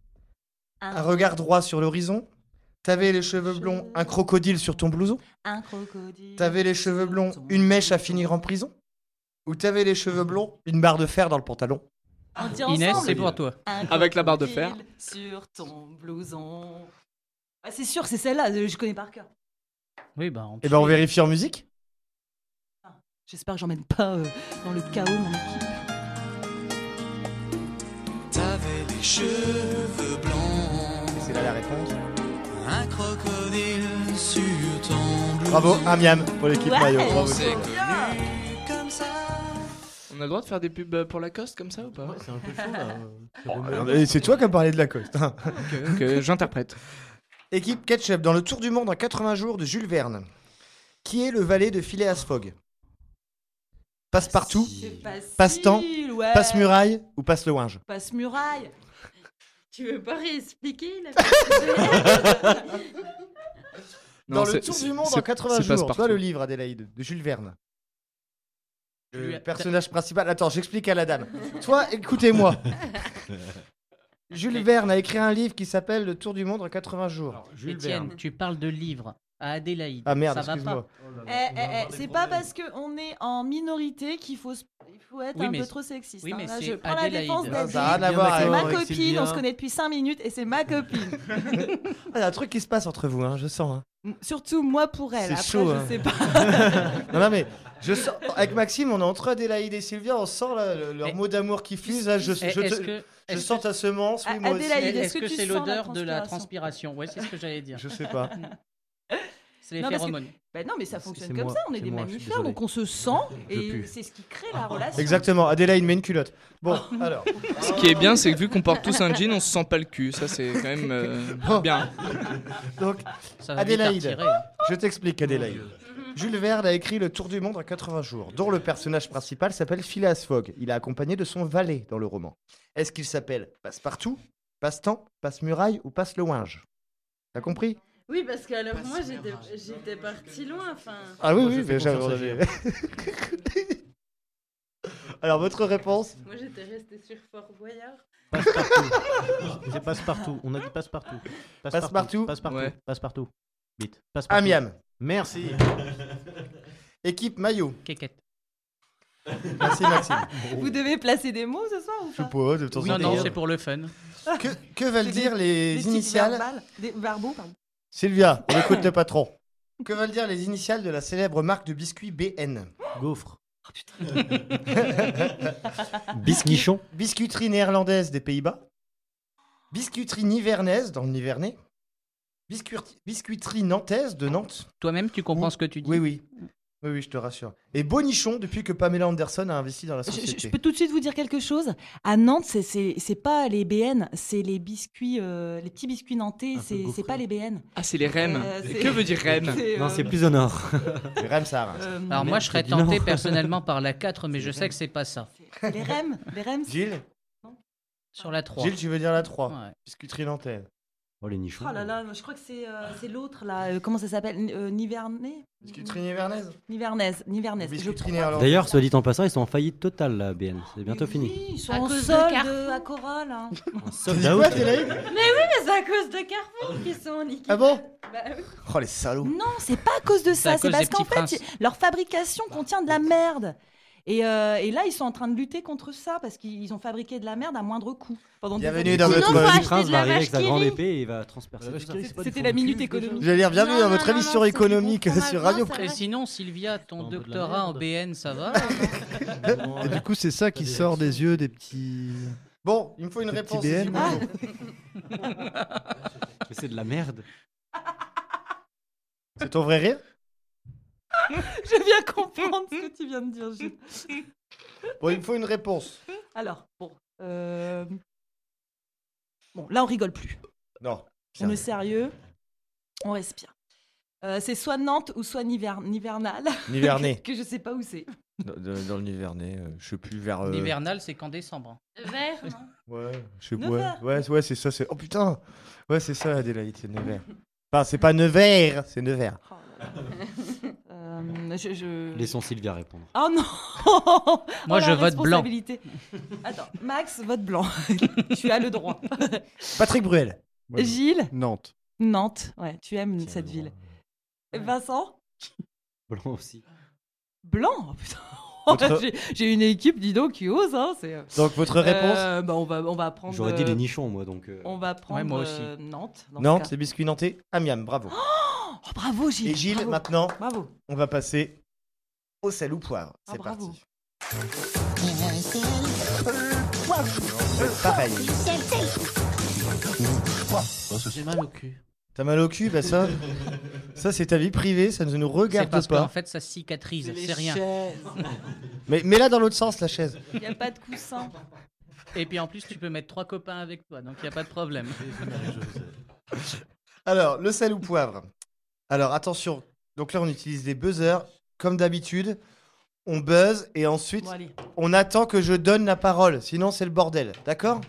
Un regard droit sur l'horizon. T'avais les cheveux blonds, un crocodile sur ton blouson. Un crocodile. T'avais les cheveux blonds, une mèche à finir en prison Ou t'avais les cheveux blonds, une barre de fer dans le pantalon On dit Inès, ensemble. c'est pour toi. Un Avec la barre de fer. crocodile Sur ton blouson. Ah, c'est sûr, c'est celle-là, euh, je connais par cœur. Oui, bah, on Eh Et ben on vérifie en musique J'espère que j'emmène pas euh, dans le chaos mon équipe. T'avais les cheveux blancs. C'est là la réponse. Un crocodile sur ton blouson. Bravo, un miam pour l'équipe Ouais. maillot. On Bravo. s'est connus comme ça. On a le droit de faire des pubs euh, pour Lacoste comme ça ou pas C'est un peu chaud là. Et C'est toi qui as parlé de la Coste. ok, j'interprète. Équipe Ketchup dans le Tour du Monde en 80 jours de Jules Verne. Qui est le valet de Phileas Fogg Passe-partout, passe-temps, ouais. passe-muraille ou passe-le-winge Passe muraille. Tu veux pas réexpliquer la Dans Non, le c'est- Tour c'est- du Monde en c'est- 80 c'est jours, passe-partout. toi le livre Adélaïde, de Jules Verne. Lui, Le t'as- personnage principal. Attends, j'explique à la dame. Toi, écoutez-moi. Jules Verne a écrit un livre qui s'appelle Le Tour du Monde en 80 jours. Étienne, tu parles de livres à Adélaïde. Ah merde, ça va excuse-moi. pas. Eh, eh, eh, c'est pas parce qu'on est en minorité qu'il faut, se- il faut être Oui, un mais peu c'est- trop sexiste. oui, hein. mais Là, c'est je prends la Adélaïde. défense Ah, d'Adélaïde. ça a rien à voir C'est avec ma Laure et copine, Sylvia. on se connaît depuis 5 minutes et c'est ma copine. Ah, Il y a un truc qui se passe entre vous, hein, je sens. hein. M- Surtout moi pour elle. C'est Après, chaud. je hein. sais pas. non, non, mais je sens- avec Maxime, on est entre Adélaïde et Sylvia, on sent là, le- leur mot d'amour qui fuse. là, je je, est- te- Eh, est-ce que- je est-ce sens que- ta semence. Oui, moi aussi. Est-ce que, c'est l'odeur de la transpiration Ouais, c'est ce que j'allais dire. Je sais pas. C'est les Non, parce que- phéromones. Bah non, mais ça fonctionne c'est comme moi, ça. On est c'est des moi, je suis mammifères, désolé. donc on se sent et c'est ce qui crée Ah, la relation. Exactement, Adélaïde met une culotte. Bon, alors. Oh. Ce qui est bien, c'est que vu qu'on porte tous un jean, on se sent pas le cul. Ça, c'est quand même euh, bien. Donc, Ça va vite à Adélaïde, retirer, hein. je t'explique, Adélaïde. Mhm. Jules Verne a écrit Le Tour du Monde en 80 jours, dont le personnage principal s'appelle Phileas Fogg. Il est accompagné de son valet dans le roman. Est-ce qu'il s'appelle Passe-Partout, Passe-Temps, Passe-Muraille ou Passe-Loinge T'as compris Oui, parce que alors moi j'étais- j'étais parti loin. Enfin. Ah oui, Moi, je oui, fais mais j'avais confiance à entendu. Alors, votre réponse Moi j'étais resté sur Fort Boyard. Passe-partout. C'est passe-partout. On a dit passe-partout. Passe-partout. Passe-partout. Ah, Ouais. Passe-partout. Vite. Passe-partout. Amiam. Merci. Équipe maillot. Kékette. Merci Maxime. Vous devez placer des mots ce soir ou Oh, Je pas pose de temps Oui, en non, temps. euh, c'est pour le fun. Que, que veulent Des- dire les des tics initiales verbales, Des verbaux, pardon. Sylvia, on écoute le patron. Que veulent dire les initiales de la célèbre marque de biscuits BN Gaufre. Bisquichon. Biscuiterie néerlandaise des Pays-Bas. Biscuiterie nivernaise dans le Nivernais. Biscuit- Biscuiterie nantaise de Nantes. Toi-même, tu comprends ce que tu dis Oui, oui. Oui, oui, je te rassure. Et Bonichon depuis que Pamela Anderson a investi dans la Je, je- je société. peux tout de suite vous dire quelque chose. À Nantes, c'est- c'est c'est pas les BN, c'est les biscuits, euh, les petits biscuits nantais. C'est c'est pas les BN. Ah, c'est les REM. Euh, c'est- que veut dire REM c'est, Non, euh, c'est plus au nord. Ramsar. euh, Alors moi, Merde, je serais t'as dit tenté non. personnellement par la 4, mais je sais que c'est pas ça. Les REM, les REM. c'est- Gilles Sur la 3. Gilles, tu veux dire la 3 Ouais. Biscuiterie nantaise. Oh, les nichons. Oh là là, je crois que c'est euh, c'est l'autre là. euh, comment ça s'appelle N- euh, Nivernais Biscuiterie nivernaise Nivernaise, Nivernaise. je Biscuiterie crois. néerlandaise. D'ailleurs, soit dit en passant, ils sont en faillite totale, là, Oh, BN. C'est bientôt fini. Oui, ils sont À en cause de solde Carrefour. à Corolle. hein. Tu dis quoi, Adélaïde Mais oui, mais c'est à cause de Carrefour qu'ils sont en liquide. Ah bon Bah oui. Oh, les salauds. Non, c'est pas à cause de à ça. C'est cause parce des qu'en petits fait, princes. ils- leur fabrication contient de la merde. Et, euh, et là, ils sont en train de lutter contre ça parce qu'ils ils ont fabriqué de la merde à moindre coût. Pendant des Bienvenue années. dans Sinon, votre faut vie. acheter Le prince de va la arriver vache avec sa qui grande rit. épée et il va transpercer tout ça. C'était la minute économique. J'allais dire bienvenue Non, dans non, votre non, émission non, c'est du bon économique fromage sur blanc, Radio c'est Et vrai. sinon, Sylvia, ton un peu de la doctorat en merde. BN, ça va Et du coup, c'est ça qui Des sort des yeux des petits. Bon, il me faut une Des petits réponse. BN. Simon. Ah. Mais c'est de la merde. C'est ton vrai rire Je viens comprendre ce que tu viens de dire, Gilles. Bon, il me faut une réponse. Alors, bon. euh, Bon, là, on rigole plus. Non. On est sérieux. On respire. Euh, c'est soit Nantes ou soit Niver- Nivernal. Nivernais. que je sais pas où c'est. Dans, dans- dans le Nivernais, euh, je sais plus vers. euh, L'hivernal, c'est qu'en décembre. Vert, non Ouais, je sais Nevers. ouais. Ouais, ouais, c'est ça. C'est... Oh putain Ouais, c'est ça, Adélaïde, c'est Nevers. Enfin, c'est pas Nevers, c'est Nevers. Oh là là. Euh, je, je- Laissons Sylvia répondre. Oh non Oh, la Moi, je vote blanc. responsabilité. Attends, Max, vote blanc. tu as le droit. Patrick Bruel. Ouais. Gilles, Nantes. Nantes. Ouais, tu aimes cette ville. Vincent, Blanc aussi. blanc. Oh, putain. Votre- J'ai- J'ai une équipe, dis donc, qui ose. hein, c'est- Donc, votre réponse Euh, bah, on, va, on va prendre. J'aurais dit euh, les nichons, moi, donc, euh. On va prendre Ouais, moi aussi. euh, Nantes. dans ce Nantes, cas. les biscuits nantais, Amiam, bravo. Oh, bravo, Gilles. Et Gilles, bravo. maintenant, Bravo. on va passer au sel ou poivre. Ah, C'est bravo. parti. Pareil. J'ai mal au cul. T'as mal au cul, bah ça, ça c'est ta vie privée, ça ne nous C'est regarde parce pas. qu'en fait, ça cicatrise, Les c'est rien. chaises. Mais, mais là dans l'autre sens, la chaise. Il n'y a pas de coussin. Et puis en plus, tu peux mettre trois copains avec toi, donc il n'y a pas de problème. Alors, le sel ou poivre Alors attention, donc là on utilise des buzzers, comme d'habitude, on buzz et ensuite Bon, allez. on attend que je donne la parole, sinon c'est le bordel, d'accord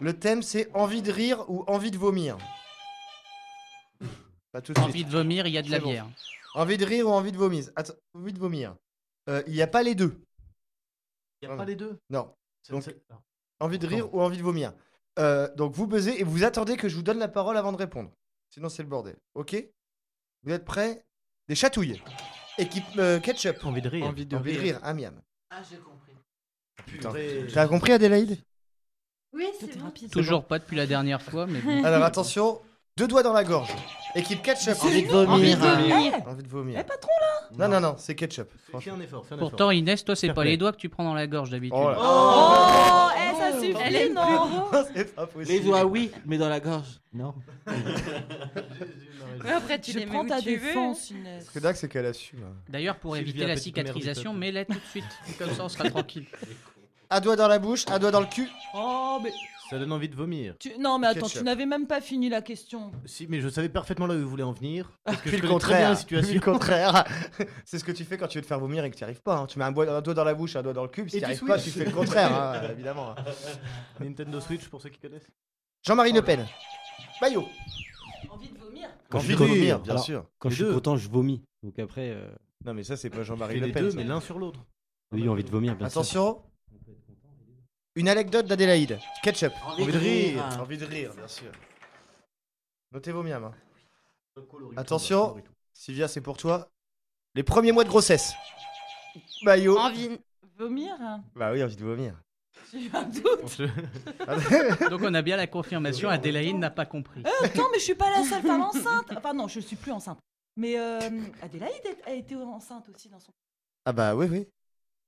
Le thème c'est envie de rire ou envie de vomir. Pas tout de suite. Envie de vomir, il y a de la C'est bon. bière. Envie de rire ou envie de vomir Attends, envie de vomir. Euh, Il n'y a pas les deux. Il n'y a pas les deux Non. Donc, envie de rire ou envie de vomir. Euh, donc vous buzzez et vous attendez que je vous donne la parole avant de répondre. Sinon c'est le bordel. Ok Vous êtes prêts Des chatouilles. Équipe euh, ketchup. Envie de rire. Envie de, rire. Amiam. Ah, j'ai compris. Putain. T'as compris Adélaïde Oui, c'est bon. Toujours pas depuis la dernière fois, mais bon. Alors attention, deux doigts dans la gorge. Équipe ketchup. C'est Envie de nul. vomir. Envie de vomir. Envie de vomir. Eh patron là Non, non, non, c'est ketchup. Fais un effort, fais un Pourtant, effort. Inès, toi, c'est Fair pas play. les doigts que tu prends dans la gorge d'habitude. Oh là. Oh, eh, ça suffit, Elle est non C'est pas Les doigts, oui, mais dans la gorge. Non. Mais après, tu Je les mets prends où ta tu veux. défense, Inès. Ce qui est dingue, c'est qu'elle assume. hein. D'ailleurs, pour Sylvie éviter a la fait toute la merde du cicatrisation, peuple. mets-la tout de suite. Comme ça, on sera tranquille. Un doigt dans la bouche, un doigt dans le cul. Oh, mais. Ça donne envie de vomir. tu- Non, mais attends, tu Ketchup. n'avais même pas fini la question. Si, mais je savais parfaitement là où vous voulez en venir. Parce que Puis je le connais très bien contraire. la situation. Puis le contraire. C'est ce que tu fais quand tu veux te faire vomir et que tu n'y arrives pas. hein. Tu mets un, bois- un doigt dans la bouche, un doigt dans le cul. Et Si tu n'y tu arrives pas, tu switches. fais le contraire, hein, évidemment. Nintendo Switch pour ceux qui connaissent. Jean-Marie Le Pen. Bayo. Envie de vomir Quand Envie je suis de content- rire, bien alors, sûr. Quand Les je suis deux. content, je vomis. Donc après. euh, Non, mais ça, c'est pas Fais Jean-Marie les Le Pen. deux, ça. mais l'un sur l'autre. Oui, envie de vomir, bien sûr. Attention. Une anecdote d'Adélaïde. Ketchup. Envie de rire. Envie de rire, bien sûr. Notez vos miams. hein. Attention. Sylvia, c'est pour toi. Les premiers mois de grossesse. Bayo. Envie. Vomir hein Bah oui, envie de vomir. J'ai eu un doute. Donc, on a bien la confirmation. Adélaïde n'a pas compris. Euh, non, mais je suis pas la seule femme enceinte. Enfin, non, je suis plus enceinte. Mais euh, Adélaïde est- a été enceinte aussi dans son. Ah bah oui, oui.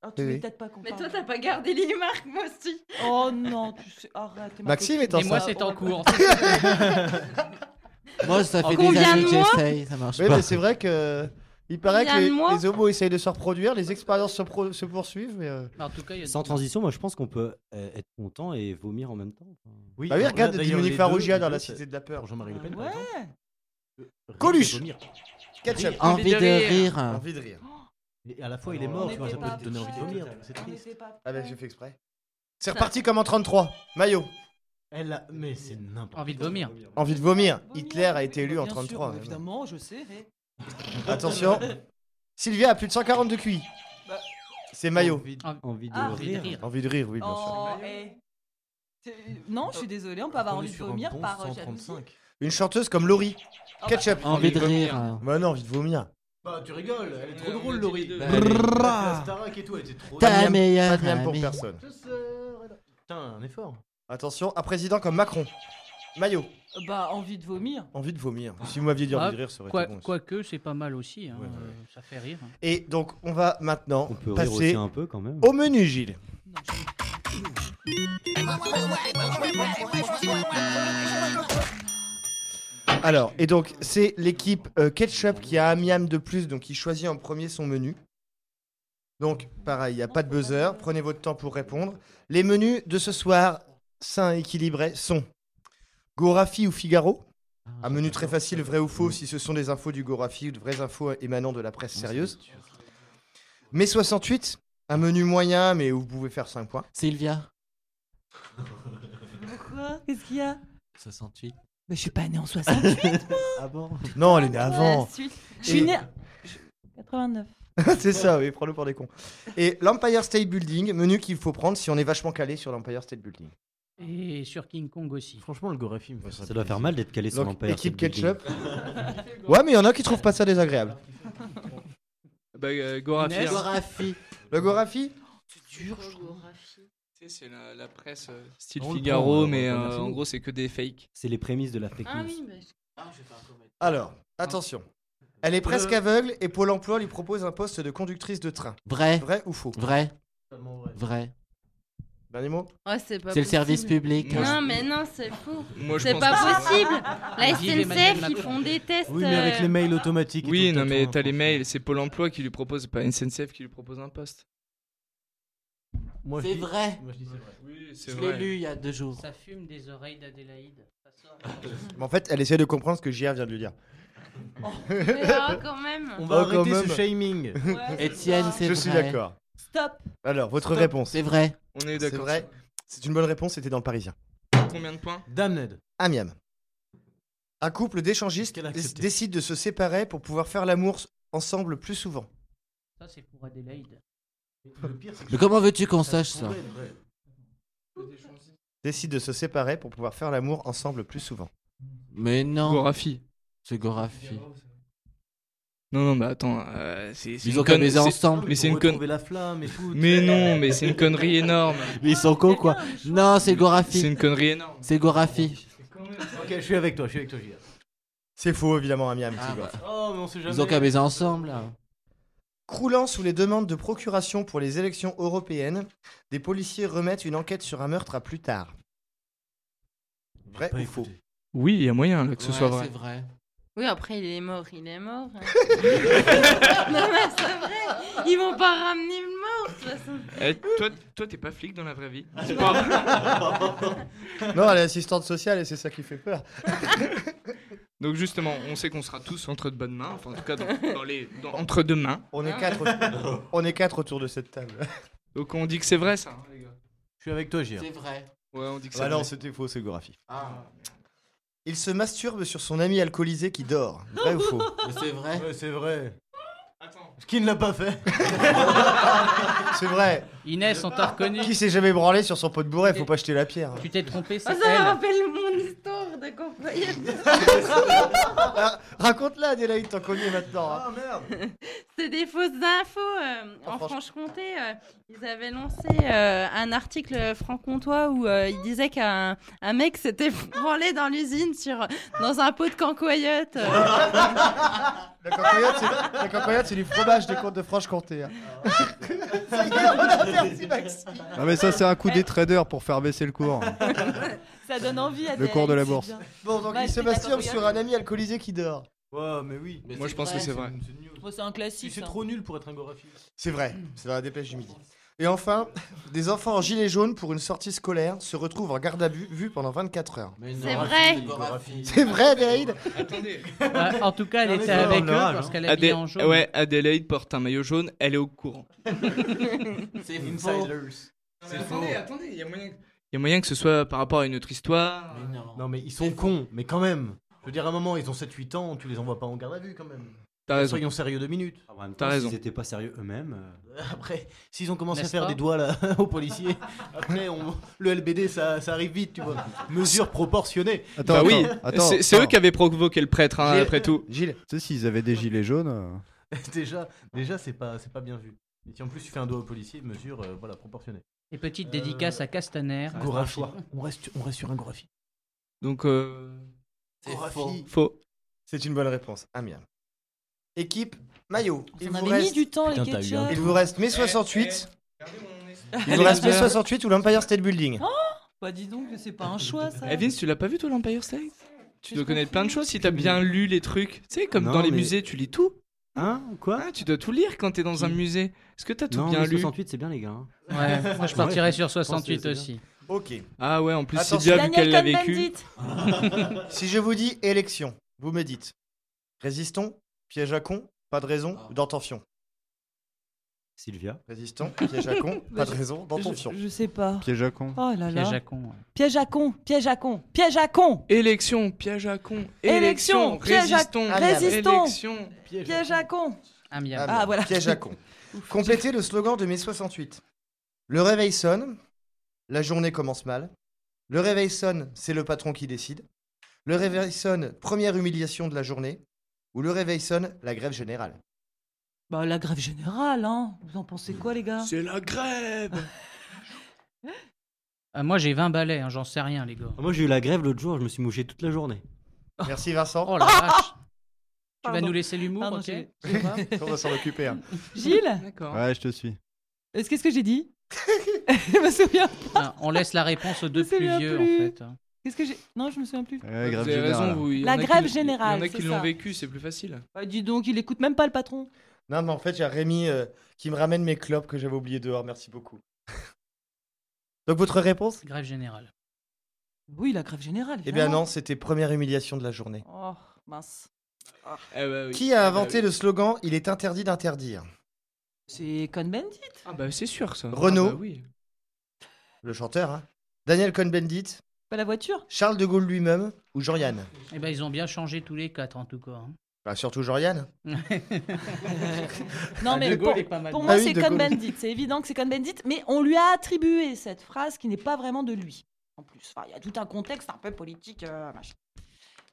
Ah, tu Oui, veux oui. peut-être pas qu'on Mais parle. toi, t'as pas gardé les marques, moi aussi. Oh non, tu sais, arrête. ma Maxime est copine. enceinte. Moi, c'est en cours. Moi, ça fait Combien des années de que hein. mois j'essaye, ça marche Oui, pas. mais c'est vrai que. euh, Il paraît Combien que les, de mois les homos essayent de se reproduire, les expériences se, pro- se poursuivent. Mais euh, En tout cas, il y a Sans transition, moi je pense qu'on peut euh, être content et vomir en même temps. Oui, Bah oui, regarde Dominique Farrugia dans La c'est- Cité de la Peur. pour Jean-Marie Le Pen, par Ouais. exemple. Euh, Coluche Vomir. Ketchup Envie Envie de de rire. rire. Envie de rire. Et à la fois, Ah, il est On mort, tu n'était vois, ça peut pas te donner envie de prêts. vomir. C'est On triste. n'était pas Ah bah j'ai fait exprès. C'est reparti comme en 33. Maillot. Elle a... Mais c'est n'importe quoi. Envie de vomir. Envie de vomir. Hitler a été élu en Bien sûr, 33. mais évidemment, je sais. mais- Attention. Sylvia a plus de 140 de QI. Bah. C'est Maillot. Envie de, envie de Ah, envie de rire. rire. Envie de rire, oui, bien sûr. Oh, eh. C'est- Non, je suis désolée, Ah, on peut avoir On est envie de sur un vomir bon par euh, jalousie. 135. Une chanteuse comme Laurie. bah, Ketchup. Envie de rire. euh, Bah non, envie de vomir. Bah, tu rigoles, elle est trop drôle, Laurie. Bah, elle est- Brrrra. Starak et tout, elle était trop Ta drôle. meilleure Pas de miam pour amie. personne. Putain, un effort. Attention, un président comme Macron. Maillot. Bah, envie de vomir. Envie de vomir. Si vous m'aviez dit envie Ah, de rire, ça aurait quoi- été bon. aussi. Quoique, c'est pas mal aussi. hein, euh, Ça fait rire. Et donc, on va maintenant On peut rire passer aussi un peu quand même. au menu, Gilles. Alors, et donc, c'est l'équipe euh, Ketchup qui a un miam de plus, donc qui choisit en premier son menu. Donc, pareil, il n'y a pas de buzzer, prenez votre temps pour répondre. Les menus de ce soir, sains et équilibrés, sont Gorafi ou Figaro Un menu très facile, vrai ou Mm. faux, si ce sont des infos du Gorafi ou de vraies infos émanant de la presse sérieuse. Mai 68, un menu moyen, mais où vous pouvez faire 5 points. Sylvia. Quoi Qu'est-ce qu'il y a 68. Mais je suis pas née en 68, moi Ah bon Non, elle est née Ah, avant. Je suis Et- née. je- 89. c'est ça, oui, prends-le pour des cons. Et l'Empire State Building, menu qu'il faut prendre si on est vachement calé sur l'Empire State Building. Et sur King Kong aussi. Franchement, le Gorafi me fait Ça doit faire mal d'être calé sur Donc, l'Empire. équipe State Building. ketchup. ouais, mais il y en a qui trouvent pas ça désagréable. Bah, euh, Gorafi. Inès hein. Logographie C'est dur, je trouve. C'est la, la presse euh, style Figaro, mais euh, en gros, c'est que des fakes. C'est les prémices de la fake Ah news. oui, mais. Alors, attention. Elle est presque Euh. aveugle et Pôle emploi lui propose un poste de conductrice de train. Vrai. Vrai ou faux Vrai. Vrai. Dernier mot Ouais, c'est pas C'est le service possible. public. Non, mais non, c'est fou. Moi, je C'est pense pas que- possible. La Vive Emmanuel SNCF, ils Macron. font des tests. euh, mails automatiques. Oui, non, mais t'as les mails, c'est Pôle emploi qui lui propose, pas SNCF qui lui propose un poste. Moi, je C'est dis- vrai. moi, je dis c'est vrai. Oui, c'est Je vrai. l'ai lu il y a deux jours. Ça fume des oreilles d'Adélaïde. Ça sort. Mais En fait, elle essaie de comprendre ce que JR vient de lui dire. mais oh, quand même. On va Oh, quand arrêter ce même. shaming. Ouais, Étienne, c'est Je suis vrai. d'accord. Stop. Alors, votre Stop. réponse C'est vrai. On est d'accord. C'est vrai. C'est une bonne réponse, c'était dans le Parisien. Combien de points Damned. Amiens. Un couple d'échangistes dé- décide de se séparer pour pouvoir faire l'amour s- ensemble plus souvent. Ça, c'est pour Adélaïde. Mais comment veux-tu qu'on sache ça Décide de se séparer pour pouvoir faire l'amour ensemble plus souvent. Mais non. Gorafi. C'est Gorafi. Non, non, mais attends. euh, c'est- c'est Ils une ont qu'à conne- baiser c'est- ensemble. Mais c'est une Retrouver conne. la flamme et tout. Mais non, mais c'est une connerie énorme. Mais ils sont cons quoi. Non, c'est Gorafi. C'est une connerie énorme. C'est Gorafi. Ok, je suis avec toi, je suis avec toi, JR. C'est faux, évidemment, Amiens. Ah, petit bah. gars. Oh, mais on sait jamais. Ils ont qu'à baiser ensemble. là. Croulant sous les demandes de procuration pour les élections européennes, des policiers remettent une enquête sur un meurtre à plus tard. Vrai ou faux Oui, il y a moyen là, que ce Ouais, soit vrai. C'est vrai. Oui, après, il est mort, il est mort. hein. non, mais c'est vrai. Ils vont pas ramener le mort, de toute façon. Eh, toi, toi, t'es pas flic dans la vraie vie. C'est pas vrai. Non, elle est assistante sociale et c'est ça qui fait peur. Donc justement, on sait qu'on sera tous entre de bonnes mains, enfin en tout cas dans- dans les- dans- entre deux mains. On Ah. est quatre, on est quatre autour de cette table. Donc on dit que c'est vrai ça. hein, les gars. Je suis avec toi, JR. C'est vrai. Ouais, on dit Ah que c'est Bah non, vrai. c'était faux, c'est Gorafi. Ah, Il se masturbe sur son ami alcoolisé qui dort. Vrai ou faux Mais c'est vrai. Ouais, c'est vrai. Qui ne l'a pas fait C'est vrai. Inès, on t'a reconnu. Qui s'est jamais branlé sur son pot de bourré Faut pas jeter la pierre. hein. Tu t'es trompé, Ah, c'est Oh, ça me elle. rappelle mon histoire de compagnie. Ah, Raconte-la, Adélaïde, t'en connais maintenant. hein. C'est des fausses infos. euh, en Franche- Franche-Comté, euh, ils avaient lancé euh, un article euh, franc-comtois où euh, il disait qu'un un mec s'était branlé dans l'usine sur dans un pot de cancoyote. La cancoyote, c'est- la cancoyote, c'est du fromage des côtes de Franche-Comté. hein. Ça y est, on a perdu Maxime. Non, mais ça, c'est un coup des traders pour faire baisser le cours. Bah Ça donne envie à Le cours de la bourse. Bon, donc il se masturbe sur un ami alcoolisé qui dort. Ouais, mais oui. Moi je pense que c'est vrai. c'est un classique. C'est ça. trop nul pour être un Gorafi. C'est vrai, c'est dans la dépêche du midi. Et enfin, des enfants en gilet jaune pour une sortie scolaire se retrouvent en garde à vue vue pendant 24 heures. Mais non, C'est vrai. Gorafi. C'est vrai, Adélaïde Attendez. Ouais, Bah, en tout cas, elle Non, mais était ça, on avec eux l'orage, parce hein. qu'elle habillait en jaune. Ouais, Adélaïde porte un maillot jaune, elle est au courant. C'est faux. Insiders. Mais attendez, attendez, il y a moyen. Il y a moyen que ce soit par rapport à une autre histoire. Mais non. Non, mais ils sont cons, mais quand même. Je veux dire, à un moment, ils ont 7-8 ans, tu les envoies pas en garde à vue quand même. T'as raison. Soyons sérieux deux minutes. En même T'as temps, raison. s'ils étaient pas sérieux eux-mêmes. euh, Après, s'ils ont commencé à N'est-ce faire pas des doigts là, aux policiers, après, on- le LBD, ça, ça arrive vite, tu vois. Mesure proportionnée. Attends, Bah oui, attends, attends, c'est- c'est eux attends. qui avaient provoqué le prêtre hein, J'ai- après tout. Gilles, Tu sais, s'ils avaient des gilets jaunes. euh, déjà, déjà c'est pas, c'est pas bien vu. Et si en plus tu fais un doigt au policier, mesure euh, voilà, proportionnée. Et petite Euh, dédicace à Castaner. Gorachois. On reste, on reste sur un Gorafi. Donc, euh, C'est faux. faux. c'est une bonne réponse. Amiens. Équipe maillot. Il On vous, avait mis reste, du temps, Putain, les t'as eu ketchup. un il vous reste mai 68. Eh, Il vous reste mai 68 ou l'Empire State Building. Bah, dis donc, que c'est pas un choix, ça. Eh Vince, tu l'as pas vu toi l'Empire State Tu dois connaître plein de choses si t'as bien lu les trucs. Tu sais, comme Non, dans les mais- musées, tu lis tout. Hein Quoi Ah, tu dois tout lire quand t'es dans un musée. Est-ce que t'as tout Non, bien mais lu 68, c'est bien, les gars. hein. Ouais, moi je partirais sur pense que 68 c'est aussi. Ok. Ah ouais, en plus, Attention. c'est bien vu qu'elle l'a Daniel vécu. Cohn-Bendit. Si je vous dis élection, vous me dites résistons, piège à con, pas de raison, Ah. ou dans ton fion. Sylvia. Résistons, piège à con, pas de raison, dans ton je, fion. je sais pas. Piège à con. Oh là Piège à là. con. ouais. Piège à con, piège à con, piège à con, Élection, piège à con. Élection, piège à- résistons. Ah, résistons. Élection. piège à con. Amiable. Ah, Ah, voilà. Piège à con. Complétez le slogan de mai 68. Le réveil sonne, la journée commence mal. Le réveil sonne, c'est le patron qui décide. Le réveil sonne, première humiliation de la journée. Ou le réveil sonne, la grève générale. Bah, la grève générale, hein. Vous en pensez quoi, les gars C'est la grève Ah, moi j'ai 20 balais, hein, j'en sais rien les gars. Moi j'ai eu la grève l'autre jour, je me suis mouché toute la journée. Merci Vincent. Oh la vache. Tu vas Pardon. nous laisser l'humour, Pardon, ok j'ai- On va s'en occuper. hein. Gilles D'accord. Ouais, je te suis. Est-ce qu'est-ce que j'ai dit Je me souviens Ah, on laisse la réponse aux deux plus souviens vieux plus. en fait. Qu'est-ce que j'ai Non, je me souviens plus. Ouais, grève Vous avez générale. raison, vous. il y La en a qui grève l'ont- générale, Il y en a c'est qui l'ont ça. vécu, c'est plus facile. Bah, dis donc, il écoute même pas le patron. Non, mais en fait, il y a Rémi euh, qui me ramène mes clopes que j'avais oubliées dehors. Merci beaucoup. Donc, votre réponse Grève générale. Oui, la grève générale. Eh bien, évidemment. non, c'était première humiliation de la journée. Oh, mince. Ah. Eh bah Qui a inventé le slogan Il est interdit d'interdire C'est Cohn-Bendit. Ah bah c'est sûr ça. Renaud. Ah bah oui. Le chanteur, hein Daniel Cohn-Bendit Pas la voiture Charles de Gaulle lui-même Ou Jean-Yann Eh ben ils ont bien changé tous les quatre en tout cas. hein. Bah, Surtout Jean-Yann. Non, Ah, mais De pour, Gaulle est pas mal. pour Ah moi, oui, c'est De Gaulle. Cohn-Bendit. C'est évident que c'est Cohn-Bendit, mais on lui a attribué cette phrase qui n'est pas vraiment de lui, en plus. Enfin, il y a tout un contexte un peu politique, euh, machin.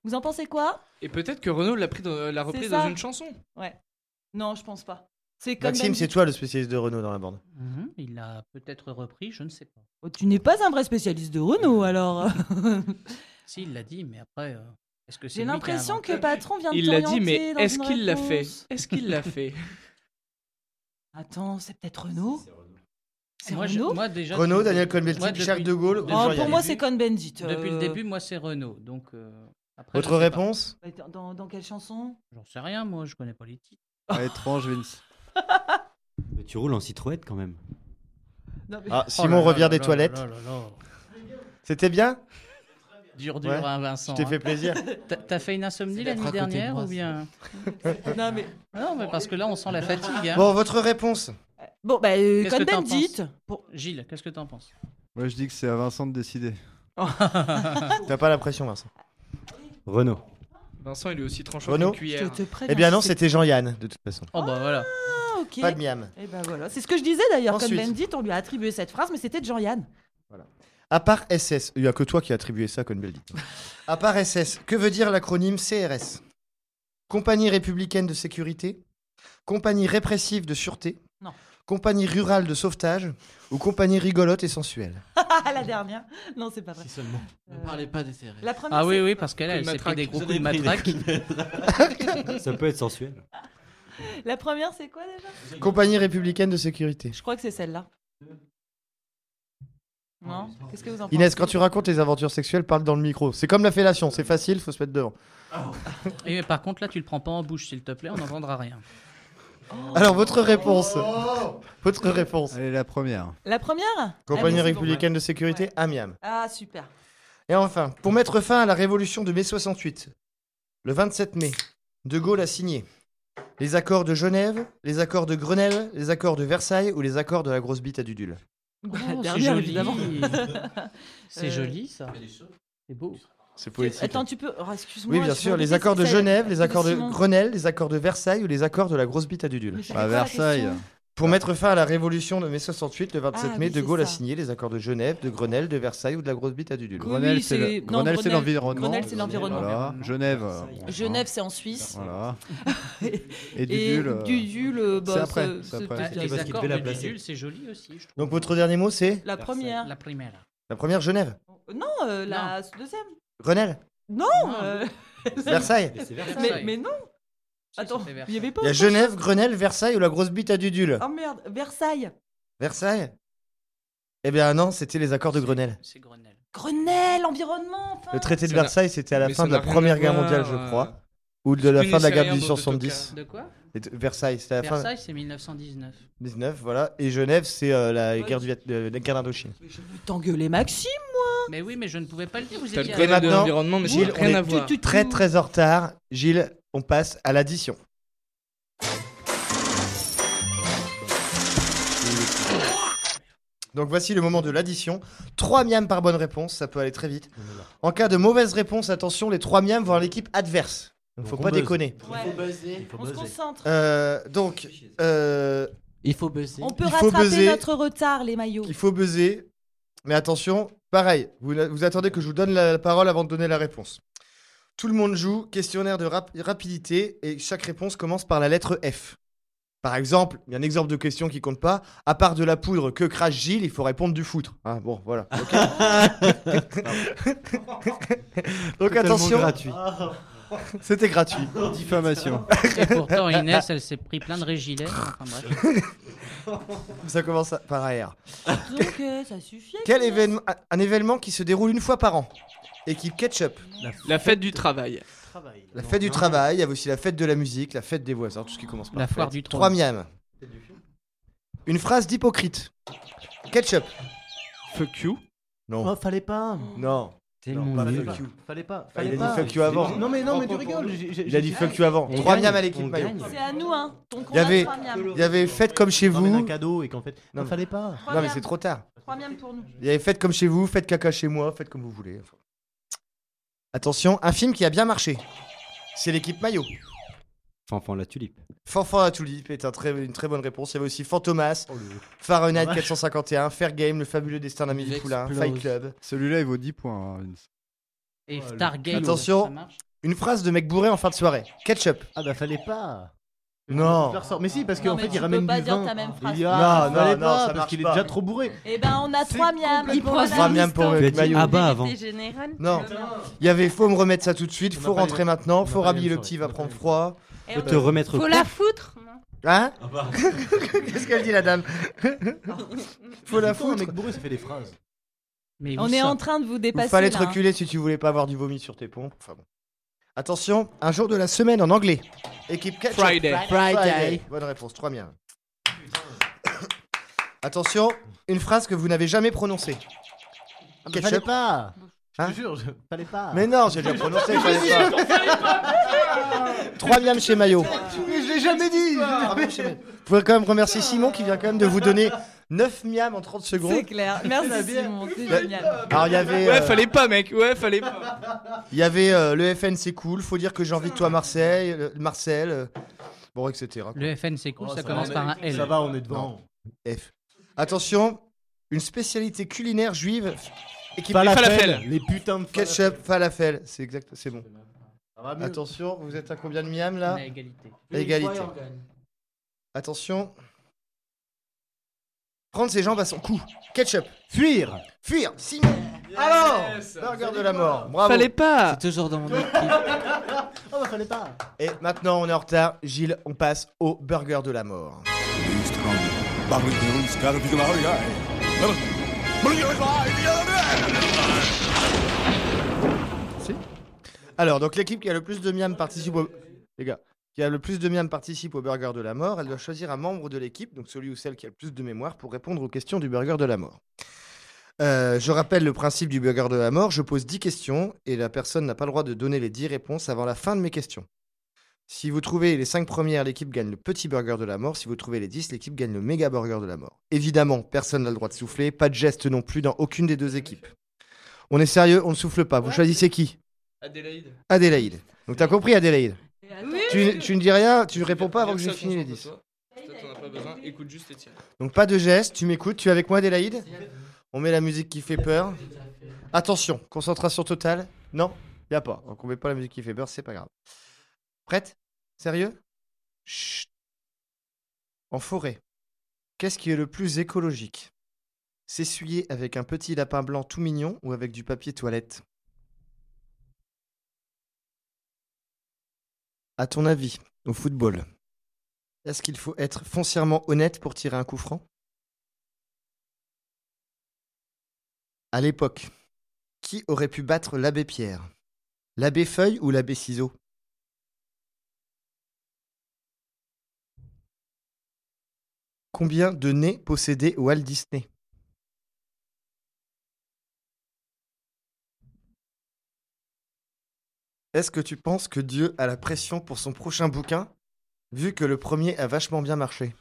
Vous en pensez quoi Et peut-être que Renaud l'a pris dans- l'a repris C'est dans ça. une chanson. Ouais. Non, je pense pas. C'est Maxime, Cohn-Bendit. c'est toi le spécialiste de Renault dans la bande. Mhm, Il l'a peut-être repris, je ne sais pas. Oh, tu n'es pas un vrai spécialiste de Euh, Renault, alors. Si, il l'a dit, mais après, euh, est-ce que c'est J'ai lui qui a l'impression inventé que patron vient de Il l'a dit, t'orienter mais dans est-ce une qu'il l'a fait réponse. Est-ce qu'il l'a fait Attends, c'est peut-être Renault. C'est Moi, je- Renault. Oh, moi, déjà, Renault, depuis- Daniel Cohn-Bendit, moi, depuis- Charles de Gaulle ou depuis Jean-Yann le pour moi, début- c'est Cohn-Bendit. Depuis euh. le début, moi, c'est Renault. Donc, euh, après, je Votre sais pas. réponse Mais Bah, dans- Dans, dans quelle chanson J'en sais rien, moi, je connais pas les titres. Ah, étrange, Vince. Mais tu roules en Citroën quand même. Non, mais- Ah, Oh là Simon là revient là des là toilettes. là là là. C'était bien Dur, dur, Ouais. hein, Vincent. Je t'ai hein. fait plaisir. T'as- T'as fait une insomnie la d'être nuit à côté de dernière moi, ou ça. bien Non, mais. Ah Non, mais parce que là, on sent la fatigue. hein. Bon, votre réponse Bon, bah, euh, Qu'est-ce que t'en Cohn-Bendit. Pour... Gilles, qu'est-ce que t'en penses Moi, je dis que c'est à Vincent de décider. T'as pas la pression, Vincent. Renault. Vincent, il est aussi tranchant Renaud qu'une cuillère. Je te Ah, préviens, Eh bien, je non, sais- c'était Jean-Yann, de toute façon. Oh bah voilà. Ah, ok. Pas de miam. Eh ben voilà, c'est ce que je disais d'ailleurs. Comme Ensuite. Bendit, on lui a attribué cette phrase, mais c'était de Jean-Yann. À part SS, il n'y a que toi qui as attribué ça comme Beldi. à part SS, que veut dire l'acronyme CRS Compagnie républicaine de sécurité Compagnie répressive de sûreté Non. Compagnie rurale de sauvetage Ou compagnie rigolote et sensuelle Ah, la dernière. Non, c'est pas vrai. Si seulement. Euh, Ne parlez pas des CRS. La première. Ah oui, c'est- oui, parce qu'elle, elle s'est pris des gros coups de matraque. Ça peut être sensuel. La première, c'est quoi déjà Compagnie républicaine de sécurité. Je crois que c'est celle-là. Non Qu'est-ce que vous en pensez Inès, quand tu racontes les aventures sexuelles, parle dans le micro. C'est comme la fellation, c'est facile, faut se mettre devant. Ah Et mais par contre, là, tu le prends pas en bouche, s'il te plaît, on n'entendra rien. Alors, votre réponse Votre réponse Allez, la première. La première Compagnie Ah, bon, c'est bon. républicaine de sécurité, à Miam. Ah, super. Et enfin, pour mettre fin à la révolution de mai 68, le 27 mai, De Gaulle a signé les accords de Genève, les accords de Grenelle, les accords de Versailles ou les accords de la grosse bite à Dudule. la Oh, c'est dernière, joli. évidemment. c'est Euh, joli, ça. C'est beau. C'est Bah, Attends, tu peux. oh, Excuse-moi. Oui, bien je sûr, vais les répéter accords de celle- Genève, les celle accords de Simon. Grenelle, Ah, les accords de Versailles ou les accords de la grosse bite à Mais Dudule. c'était Bah, quoi la Versailles. question Pour mettre fin à la révolution de mai 68, le 27 Ah, mai, oui, De c'est Gaulle a ça. signé les accords de Genève, de Grenelle, de Versailles ou de la grosse bite à Dudule. Oui, Grenelle, oui, c'est le- c'est- non, Grenelle, c'est Grenelle- l'environnement. Grenelle, c'est l'environnement. Voilà. Genève. euh, bon, Genève, c'est en Suisse. Voilà. Et Et Dudule. euh, Dudule, euh, c'est bah, après, c'est- c'est c'est- après. Ah, c'était les parce qu'il accords devait de la placer. Dudul, c'est joli aussi, je trouve. Donc votre dernier mot, c'est La première. La primaire. La première, Genève. Euh, Non, euh, la deuxième. Grenelle, Non, Non. euh, Versailles. Mais c'est mais, Versailles. mais non. Si, Attends, c'était il y avait pas. Il y a encore- Genève, Grenelle, Versailles ou la grosse bite à Dudule. Oh merde, Versailles. Versailles Eh bien non, c'était les accords de Grenelle. C'est Grenelle. Grenelle, environnement, enfin. Le traité de Ça n'a- Versailles, c'était à la Mais fin ça de la n'a rien Première à Guerre voir, mondiale, je euh, crois. Ou de la Je fin de la connaissais guerre de rien, moi, de 1870. De quoi Et de- Versailles, c'était à la fin de Versailles, c'est 1919. 19, voilà. Et Genève, c'est euh, la Ouais. guerre du Viet- euh, la guerre d'Indochine. Mais je veux t'engueuler, Maxime. Mais oui, mais je ne pouvais pas le dire. Vous T'as le étiez Grenelle de maintenant, l'environnement, mais ça Gilles, n'a on est rien à voir. Tu- tu- Très très en retard, Gilles, on passe à l'addition. Donc voici le moment de l'addition. 3 miams par bonne réponse, ça peut aller très vite. En cas de mauvaise réponse, attention, les 3 miams vont à l'équipe adverse. Donc faut Donc on pas buzz. déconner. Ouais, Il faut on se buzzer. concentre. Euh, donc, euh, Il faut buzzer. On peut il faut rattraper buzzer. notre retard, les maillots. il faut buzzer. Mais attention, pareil, vous, vous attendez que je vous donne la, la parole avant de donner la réponse. Tout le monde joue, questionnaire de rap- rapidité, et chaque réponse commence par la lettre F. Par exemple, il y a un exemple de question qui compte pas. À part de la poudre que crache Gilles, il faut répondre du foutre. Ah bon, voilà. ok. Donc Totalement attention. gratuit. C'était gratuit. Diffamation. Et pourtant, Inès, elle s'est pris plein de régilets. Enfin, bref. Ça commence à- par AR. Donc, euh, ça suffit. Quel événement, un- un événement qui se déroule une fois par an et qui ketchup La fête du travail. La fête du travail, il y avait aussi la fête de la musique, la fête des voisins, tout ce qui commence par La fête. foire du trône. Trois miams. Une phrase d'hypocrite. Ketchup. Fuck you. Hein Non. Oh, fallait pas. Non. Tellement pas nul. fuck you. Fallait pas. Ah, il a Fallait dit pas. fuck you avant. Non, mais non, mais tu rigoles. j'ai- j'ai- Il a dit fuck you avant. On Trois gagne, miams à l'équipe on Maillot. gagne. C'est à nous, hein. Donc, on Il y a avait, trois miams. il y avait fête comme chez vous. un cadeau et qu'en fait, Non, non, mais- fallait pas. Trois Non mais miams. c'est trop tard. Trois miams pour nous. Il y avait faites comme chez vous, faites caca chez moi, faites comme vous voulez. Enfin. Attention, un film qui a bien marché. C'est l'équipe maillot. Fanfan la tulipe. Fanfan à Tulipe est un très- une très bonne réponse. Il y avait aussi Fantomas, Oh, Fahrenheit 451, Fair Game, Le fabuleux destin d'un midi poulain, Explose. Fight Club. Celui-là, il vaut 10 points. hein, Vince. Et Oh, le Stargate. ça Attention, marche une phrase de mec bourré en fin de soirée. Ketchup. Ah bah fallait pas. Non. Je la ressors. Mais si, parce Non, qu'en mais fait, tu il peux ramène pas du dire vin. ta même phrase. Il dit, ah, Non, fallait non, pas, ça parce marche qu'il est pas. déjà trop bourré. Eh ben, on a trois miams. Il prend Trois miams pour Tu as mec dit maillot. ah bah avant. T'es général. Non, il y avait faut me remettre ça tout de suite, On faut n'a pas rentrer les- maintenant, on faut n'a pas les rhabiller le mêmes petit, il soirées, va on n'a prendre pas les froid. Et Faut on- te remettre Faut au la courant. foutre. Hein Qu'est-ce qu'elle dit la dame Faut la Pourtant, un foutre. mec bourré, ça fait des phrases. Mais On où est ça en train de vous Il dépasser. fallait te là, hein. reculer si tu voulais pas avoir du vomi sur tes pompes. Enfin bon. Attention, un jour de la semaine en anglais. Équipe catch. Friday. Friday. Bonne réponse, 3 miens. Attention, une phrase que vous n'avez jamais prononcée. Ah bah, Ketchup. Fallait pas. Je Hein te jure, je- fallait pas. Mais non, j'ai déjà prononcé. fallait pas. Trois miams chez Maillot. Mais je l'ai jamais dit. Trois miams chez Maillot. Vous pouvez quand même remercier Simon qui vient quand même de vous donner 9 miams en 30 C'est secondes. clair. Merci Simon, c'est La- génial. Alors il y avait, Ouais, euh, fallait pas, mec. Ouais, fallait pas. il y avait euh, le FN c'est cool, faut dire que j'ai envie de toi Marseille, euh, Marcel, euh, bon etc. Le FN, c'est cool, Oh, ça ça commence va, par un L. Ça va, on est devant. F. Attention, une spécialité culinaire juive. Équipe falafels. Les putains de ketchup falafel, c'est exact, c'est bon. Ça va mieux. Attention, vous êtes à combien de miam On là est à égalité. Égalité. Attention. Prendre ses jambes à son cou. Ketchup. Fuir. Fuir. Simon. Alors, burger de la mort. Bravo. Fallait pas. C'est toujours dans mon équipe. Oh, bah, fallait pas. Et maintenant, on est en retard. Gilles, on passe au burger de la mort. Si. Alors, donc l'équipe qui a le plus de miam participe au... Les gars, qui a le plus de miam participe au burger de la mort. Elle doit choisir un membre de l'équipe, donc celui ou celle qui a le plus de mémoire, pour répondre aux questions du burger de la mort. Euh, je rappelle le principe du burger de la mort. Je pose 10 questions et la personne n'a pas le droit de donner les 10 réponses avant la fin de mes questions. Si vous trouvez les 5 premières, l'équipe gagne le petit burger de la mort. Si vous trouvez les 10, l'équipe gagne le méga burger de la mort. Évidemment, personne n'a le droit de souffler. Pas de geste non plus dans aucune des deux équipes. On est sérieux, on ne souffle pas. Vous choisissez qui Adélaïde. Adélaïde. Donc t'as compris Adélaïde Oui. tu, tu ne dis rien, tu ne réponds pas avant que j'ai fini les 10. Écoute juste et tiens. Donc pas de geste, tu m'écoutes, tu es avec moi Adélaïde On met la musique qui fait peur. Attention, concentration totale. Non, y a pas. Donc on met pas la musique qui fait peur, c'est pas grave. Prête Sérieux Chut. En forêt, qu'est-ce qui est le plus écologique S'essuyer avec un petit lapin blanc tout mignon ou avec du papier toilette À ton avis, au football, est-ce qu'il faut être foncièrement honnête pour tirer un coup franc À l'époque, qui aurait pu battre l'abbé Pierre L'abbé Feuille ou l'abbé Ciseaux Combien de nez possédait Walt Disney Est-ce que tu penses que Dieu a la pression pour son prochain bouquin vu que le premier a vachement bien marché.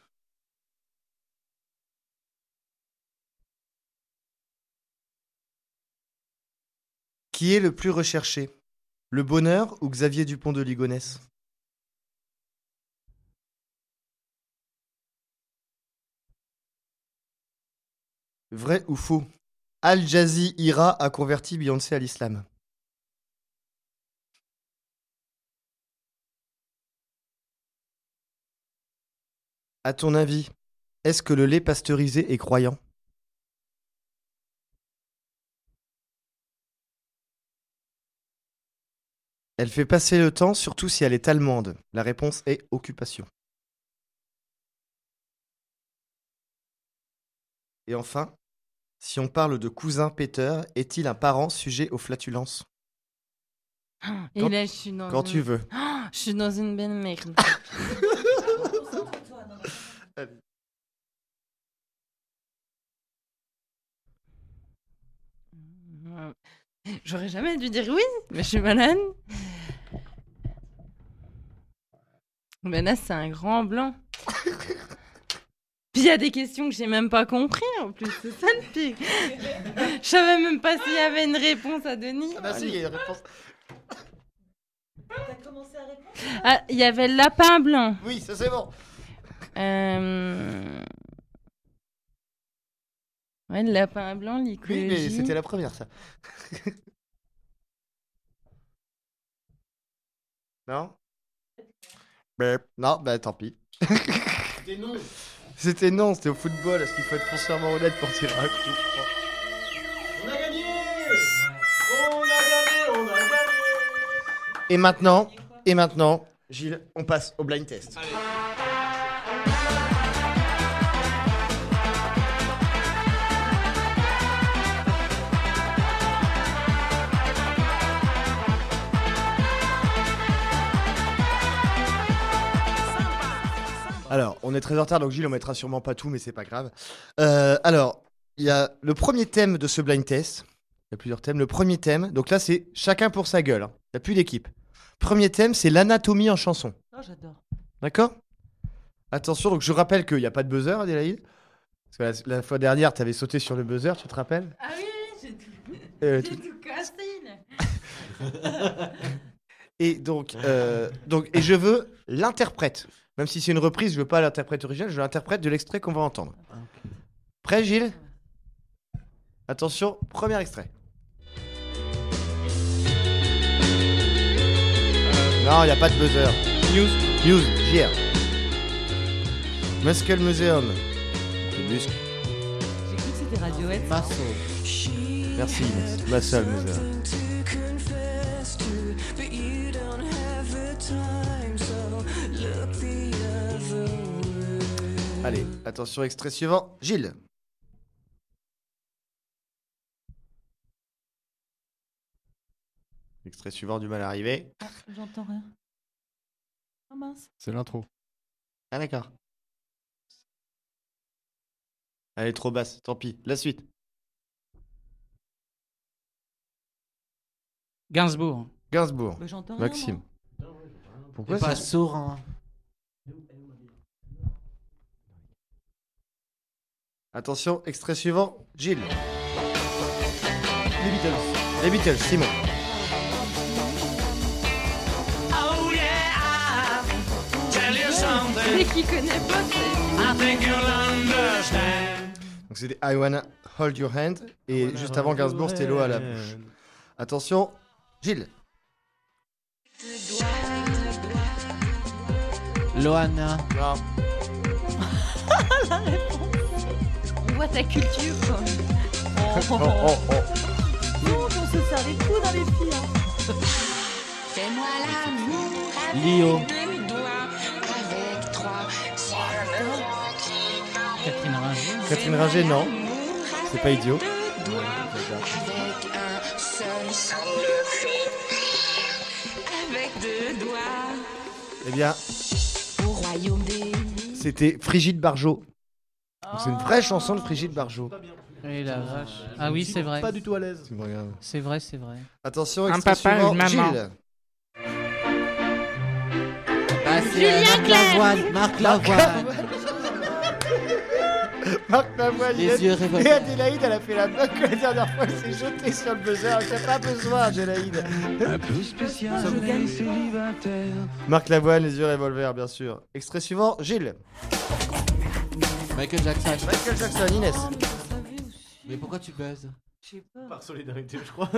Qui est le plus recherché Le bonheur ou Xavier Dupont de Ligonnès Vrai ou faux Al Jazi Ira a converti Beyoncé à l'islam. À ton avis, est-ce que le lait pasteurisé est croyant Elle fait passer le temps, surtout si elle est allemande. La réponse est occupation. Et enfin, si on parle de cousin péteur, est-il un parent sujet aux flatulences Et là, je suis dans quand une- tu veux. Ah, je suis dans une belle merde. J'aurais jamais dû dire oui, mais je suis malade. Ben là, c'est un grand blanc. Puis il y a des questions que j'ai même pas compris en plus, c'est ça le pire. Je savais même pas s'il y avait une réponse à Denis. Ah bah si, il y a une réponse. T'as commencé à répondre Ah, il y avait le lapin blanc. Oui, ça c'est bon. Euh... Ouais, le lapin blanc, Oui, l'écologie. mais c'était la première, ça. non Bip. Non, bah tant pis. C'était non. C'était non, c'était au football. Est-ce qu'il faut être foncièrement honnête pour tirer un coup je crois. On a gagné On a gagné, on a gagné Et maintenant, et maintenant, Gilles, on passe au blind test. Alors, on est très en retard, donc Gilles, on mettra sûrement pas tout, mais c'est pas grave. Euh, alors, il y a le premier thème de ce blind test. Il y a plusieurs thèmes. Le premier thème, donc là, c'est chacun pour sa gueule. hein. Il n'y a plus d'équipe. Premier thème, c'est l'anatomie en chanson. Non, j'adore. D'accord Attention, donc je rappelle qu'il n'y a pas de buzzer, Adélaïde. Parce que la, la fois dernière, tu avais sauté sur le buzzer, tu te rappelles Ah oui, oui, j'ai tout, Euh, j'ai tu- tout cassé. là. Et donc, euh, donc, et je veux l'interprète. Même si c'est une reprise, je veux pas l'interprète original, je veux l'interprète de l'extrait qu'on va entendre. Prêt, Gilles Attention, premier extrait. Non, il n'y a pas de buzzer. News. News, JR. Muscle Museum. Le muscle. J'ai cru que c'était Radiohead. Merci, Inès. Ma seule Museum. Allez, attention, extrait suivant. Gilles. Extrait suivant du mal arrivé. Ah, J'entends rien. Ah mince. C'est l'intro. Ah d'accord. Elle est trop basse, tant pis. La suite. Gainsbourg. Gainsbourg. Mais j'entends rien, Maxime. Pourquoi C'est pas ça- sourd. hein. Attention, extrait suivant, Gilles. Les Beatles. Les Beatles, Simon. Oh yeah, I'll tell you Mais something. qui connaît pas, c'est... I think you'll understand. Donc c'était I Wanna Hold Your Hand. Et juste avant Gainsbourg, c'était l'eau à la bouche. Attention, Gilles. Loana. On voit ta culture, quoi. Oh, oh, Non, on se serre les coups dans les filles. hein. Fais-moi l'amour avec Lio. deux doigts, avec trois. C'est un doigt qui parle. Catherine Ringer. Catherine Ringer, non. C'est pas idiot. Avec un seul sang le fait. Avec deux doigts. Eh bien, Au royaume des. c'était Frigide Barjot. Donc C'est une vraie chanson de Frigide Barjot. Et la vache. Ah oui, c'est vrai. Pas du tout à l'aise. Tu me regardes. C'est vrai, c'est vrai. Attention, Un extrait papa, suivant, une maman. Gilles. Ah, c'est Julien euh, Marc Clerc. Lavoine. Marc Lavoine. Marc Lavoine, Les il a- yeux révoltés. Et Ah, bah, Adélaïde, elle a fait la blague que la dernière fois, elle s'est jetée sur le buzzer. Elle n'a pas besoin, Adélaïde. je gagne. Marc Lavoine, les yeux revolver, bien sûr. Extrait suivant, Gilles. Michael Jackson. Michael Jackson, Inès. Mais pourquoi tu buzzes Je sais pas. Par solidarité, je crois.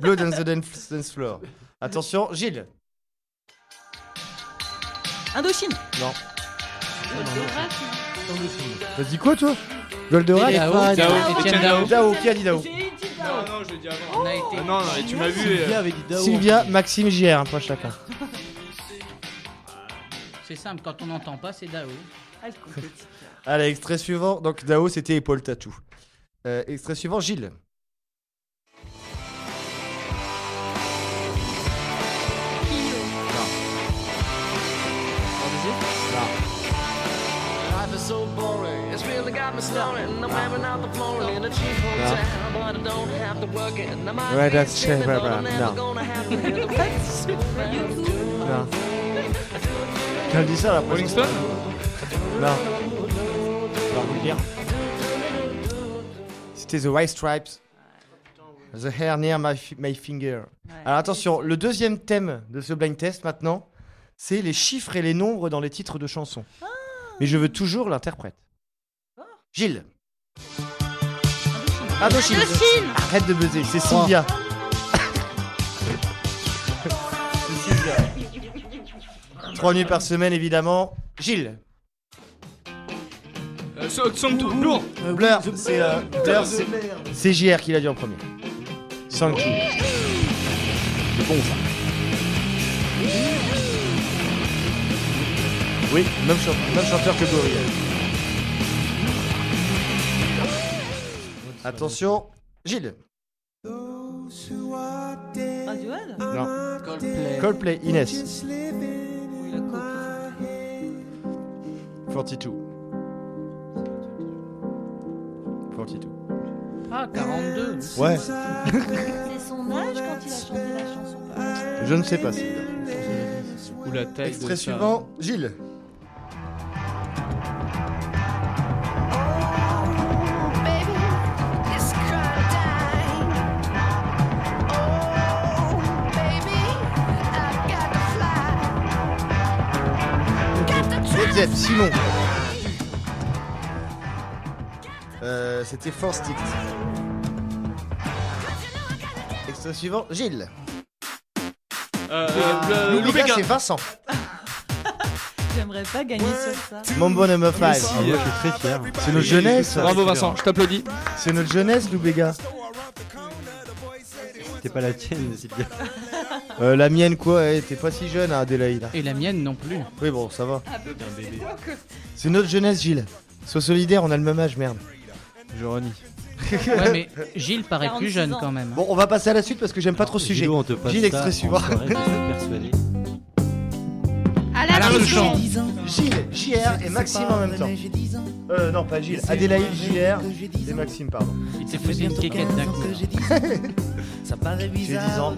Blood on the dance dance floor. Attention, Gilles. Indochine. Non. T'as dit quoi, toi Goldorak Dao, Ah, Dao, Dao, Étienne Dao. Dao, qui a dit Dao Non, non, je l'ai dit avant. Ah non, non, et tu m'as vu. et, euh, Sylvia, Maxime, JR, un point chacun. C'est simple, quand on n'entend pas, c'est Dao. Ah, Allez, extrait suivant. Donc, Dao, c'était épaule tatou. Euh, extrait suivant, Gilles. Life is so boring, it's really got me snoring. I'm wearing out the flooring in a cheap No. hotel, but I don't have to work it. And I might Right, be that's sleeping, right, right, but I'm right. never No. gonna have to hear the race. Non. T'as dit ça, la Rolling Stone Non. C'était The White Stripes. The hair near my, fi- my finger. Alors attention, le deuxième thème de ce blind test maintenant, c'est les chiffres et les nombres dans les titres de chansons. Mais je veux toujours l'interprète. Gilles. Indochine. Indochine. Arrête de buzzer, c'est Trois. Sylvia. Trois nuits par semaine évidemment. Gilles. euh, so- Somme tout, lourd. Blur, c'est euh, Blur, c'est- c'est JR qui l'a dit en premier. Sanky. C'est bon ça. Oui, même chanteur, même chanteur que Gorillaz. Attention, Gilles. Non. Coldplay. Coldplay, Inès. 42. 42. Ah, 42. Ouais. C'est son âge quand il a chanté la chanson. Je ne sais pas si. Ou la taille. Extrait de ça. suivant, Gilles. Led Zepp, Simon. Euh, C'était Force Tict. Extrait suivant, Gilles. Euh, euh, le- N'oublie pas, Loubega. c'est Vincent. J'aimerais pas gagner sur ça. Mon bonhomme 5. Ah, moi, je suis très fier. Ah, C'est notre jeunesse. Bravo, Vincent, je t'applaudis. C'est notre jeunesse, Loubega. C'était pas la tienne, Sylvia. Euh, la mienne, quoi, elle était pas si jeune à Adélaïde. Et la mienne non plus. Oui, bon, ça va. Un bébé. C'est notre jeunesse, Gilles. Sois solidaire, on a le même âge, merde. Je renie. Ouais, mais Gilles paraît plus jeune quand même. Bon, on va passer à la suite parce que j'aime pas trop ce sujet. Gilles, on te passe Gilles, ça extrait en suivant. soirée, je suis persuadé. Ah, Alain Souchon. Gilles, JR et Maxime en même temps. Euh, non, pas Gilles. Adélaïde, JR et Maxime, pardon. Il s'est posé une quéquette d'un coup. Ça paraît J'ai 10 ans.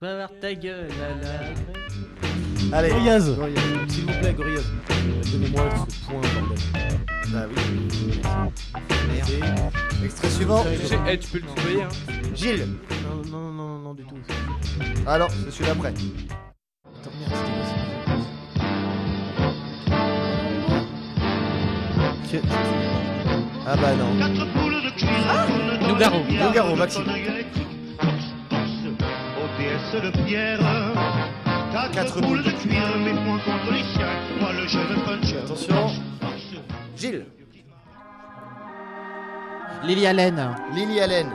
Va voir ta gueule, là, là. Allez. Gorillaz. S'il vous plaît, Gorillaz. Donnez-moi ce point, bordel. Bah oui. Extrait suivant. J'ai- eh, tu peux le tutoyer. Hein. Gilles. Non, non, non, non, non, du tout. Alors, c'est celui d'après. Attends, merde, c'était quoi ça Que- Ah bah non. Ah Nougaro. Nougaro, Maxime. ODS de pierre, quatre boules de cuir, mes points contre les chiens, moi le jeune puncher. Attention. Gilles. Lily Allen. Lily Allen.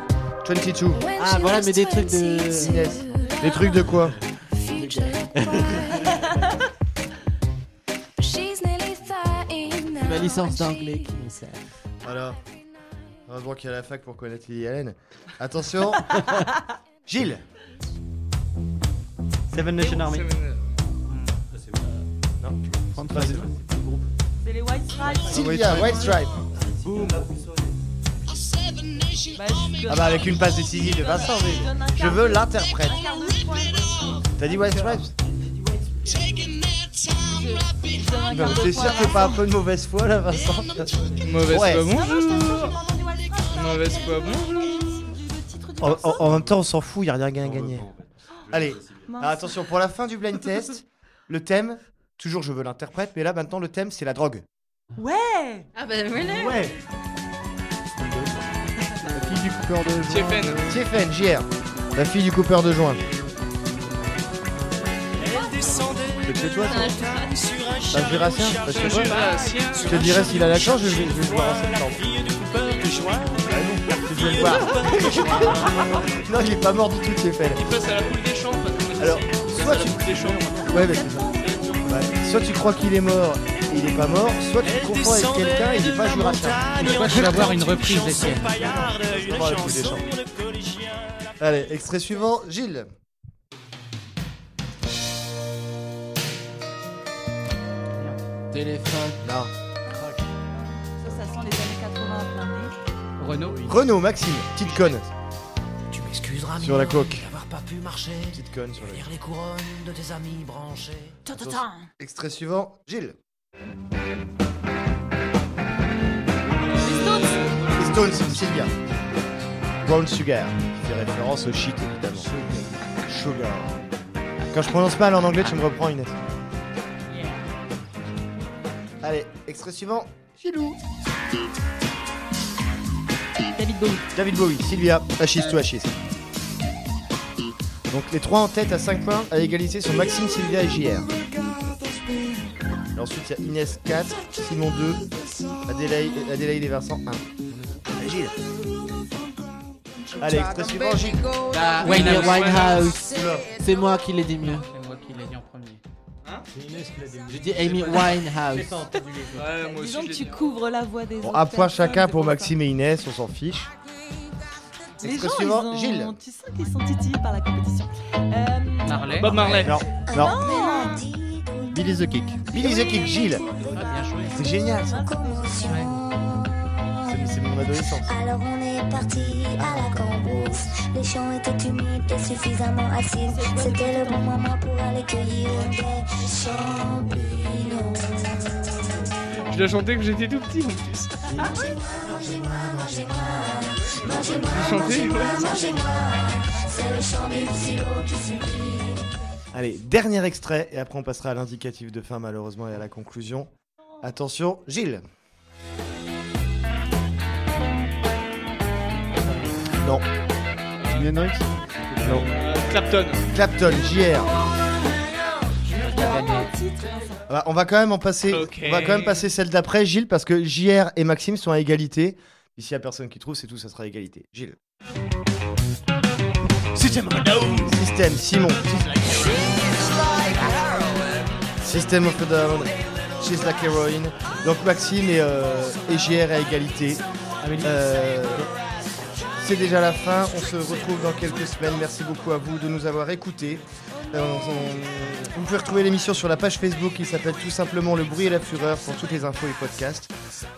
22. Ah, voilà, mais des trucs de. Inès. Des trucs de quoi Ma licence d'anglais qui me sert. Alors. Heureusement qu'il y a la fac pour connaître Lily Allen. Attention. Gilles. Seven Nation Army. Non. C'est les White Stripes. Sylvia, White Stripe. Bah, je Ah bah avec une passe décisive de Vincent, oui. Je veux l'interprète. T'as dit White Stripes Ah, Non, T'es sûr que pas un peu de mauvaise foi là, Vincent Mauvaise Ouais. foi, bonjour. Mauvaise foi, bonjour. En, en- en même temps, on s'en fout, il a rien à gagner. Allez, alors attention, pour la fin du blind test, le thème, toujours je veux l'interprète, mais là maintenant le thème c'est la drogue. Ouais Ah bah voilà. Ouais. La fille du coupeur de joint. Tiefen, JR. La fille du coupeur de joint. Elle descendait que c'est toi. toi. Sur un Bah, je vais Racine, chariot, parce que chariot, Je te dirai s'il a l'accord, je vais, je vais le voir en septembre. Je vais le voir. non, il est pas mort du tout, Tiefel. Il passe à la poule des champs. Alors, soit tu. Poule des champs. Ouais, mais c'est ça. Ouais. Soit tu crois qu'il est mort et il est pas mort, soit tu te confonds avec quelqu'un et il est pas Jurassien. Je crois que tu vas avoir une reprise, Étienne. Je vais voir la poule des champs. Allez, extrait suivant, Gilles. Téléphone. Non. Ça, ça sent les années 80 à plein nez. Renault. Renaud, Maxime, petite conne. Tu m'excuseras, Sur la coque. D'avoir pas pu marcher. Petite conne sur la Lire les couronnes de tes amis branchés. Extrait suivant, Gilles. Les Stones, Sylvia. Brown Sugar, qui fait référence au shit évidemment. Sugar. Quand je prononce mal en anglais, tu me reprends Inès. Allez, extrait suivant, Gilou. David Bowie. David Bowie, Sylvia, Hachis ou Hachis. Donc les trois en tête à 5 points, à égalité sont Maxime, Sylvia et JR. Et ensuite il y a Inès 4, Simon 2, Adélaïde, Adélaïde et Vincent 1. Allez Gilles Allez, extrait suivant Gilles Ah, Amy Winehouse. C'est moi qui l'ai dit mieux. C'est moi qui l'ai dit en premier. J'ai dit Amy Winehouse. Ouais, moi aussi. Disons que tu couvres la voix des Bon, autres. un point personnes, chacun c'est pour ça. Maxime et Inès, on s'en fiche. Les Extrait gens, ils suivant, ont- Gilles. Tu sens qu'ils sont titillés par la compétition. Euh, Marley. Bob Marley. Non, non. non. Billy the Kick. Billy the Kick, Gilles Ah, bien joué. C'est génial ça C'est- C'est mon adolescence. Alors on est parti à la cambrousse. Les champs étaient humides et suffisamment acides. C'était le bon moment pour aller cueillir des champignons. Je l'ai chanté que j'étais tout petit en plus. Ah, Chantez, ouais. C'est le champ des silos qui s'oublie. Allez, dernier extrait, et après on passera à l'indicatif de fin malheureusement et à la conclusion. Attention, Gilles Non. Jimi Hendrix Non. Clapton. Clapton, JR. Titre. Ah bah, on va quand même en passer. Ok. On va quand même passer celle d'après, Gilles, parce que JR et Maxime sont à égalité. Ici, s'il y a personne qui trouve, c'est tout, ça sera égalité. Gilles. Système Système, Simon. Système of a Down. She's like heroin. Donc Maxime et, euh, et JR à égalité. Euh, c'est déjà la fin. On se retrouve dans quelques semaines. Merci beaucoup à vous de nous avoir écoutés. Euh, on- on- vous pouvez retrouver l'émission sur la page Facebook qui s'appelle tout simplement Le bruit et la fureur pour toutes les infos et podcasts.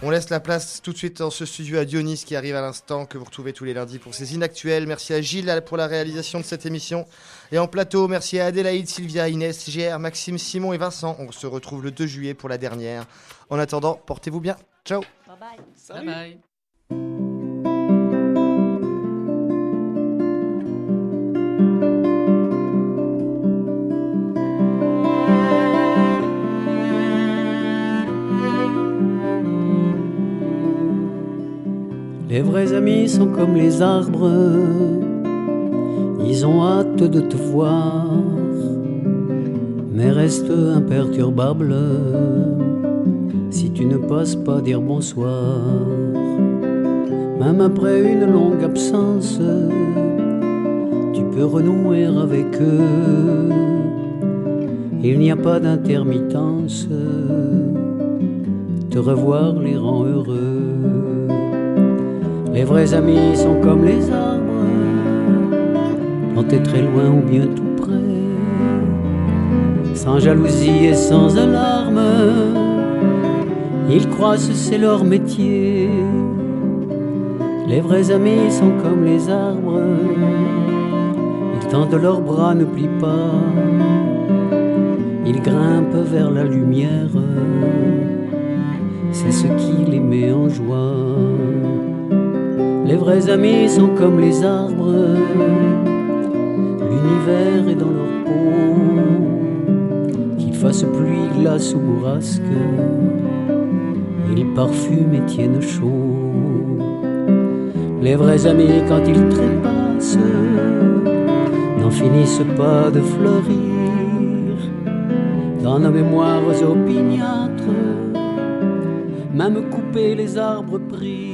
On laisse la place tout de suite dans ce studio à Dionys qui arrive à l'instant, que vous retrouvez tous les lundis pour ses inactuels. Merci à Gilles pour la réalisation de cette émission. Et en plateau, merci à Adélaïde, Sylvia, Inès, GR, Maxime, Simon et Vincent. On se retrouve le 2 juillet pour la dernière. En attendant, portez-vous bien. Ciao Bye bye. Bye bye. Les vrais amis sont comme les arbres, ils ont hâte de te voir, mais reste imperturbable si tu ne passes pas dire bonsoir. Même après une longue absence, tu peux renouer avec eux. Il n'y a pas d'intermittence, te revoir les rend heureux. Les vrais amis sont comme les arbres, plantés très loin ou bien tout près. Sans jalousie et sans alarme, ils croissent, c'est leur métier. Les vrais amis sont comme les arbres, ils tendent leurs bras, ne plient pas. Ils grimpent vers la lumière, c'est ce qui les met en joie. Les vrais amis sont comme les arbres, l'univers est dans leur peau. Qu'ils fassent pluie, glace ou bourrasque, ils parfument et tiennent chaud. Les vrais amis, quand ils trépassent, n'en finissent pas de fleurir. dans nos mémoires opiniâtres, même couper les arbres pris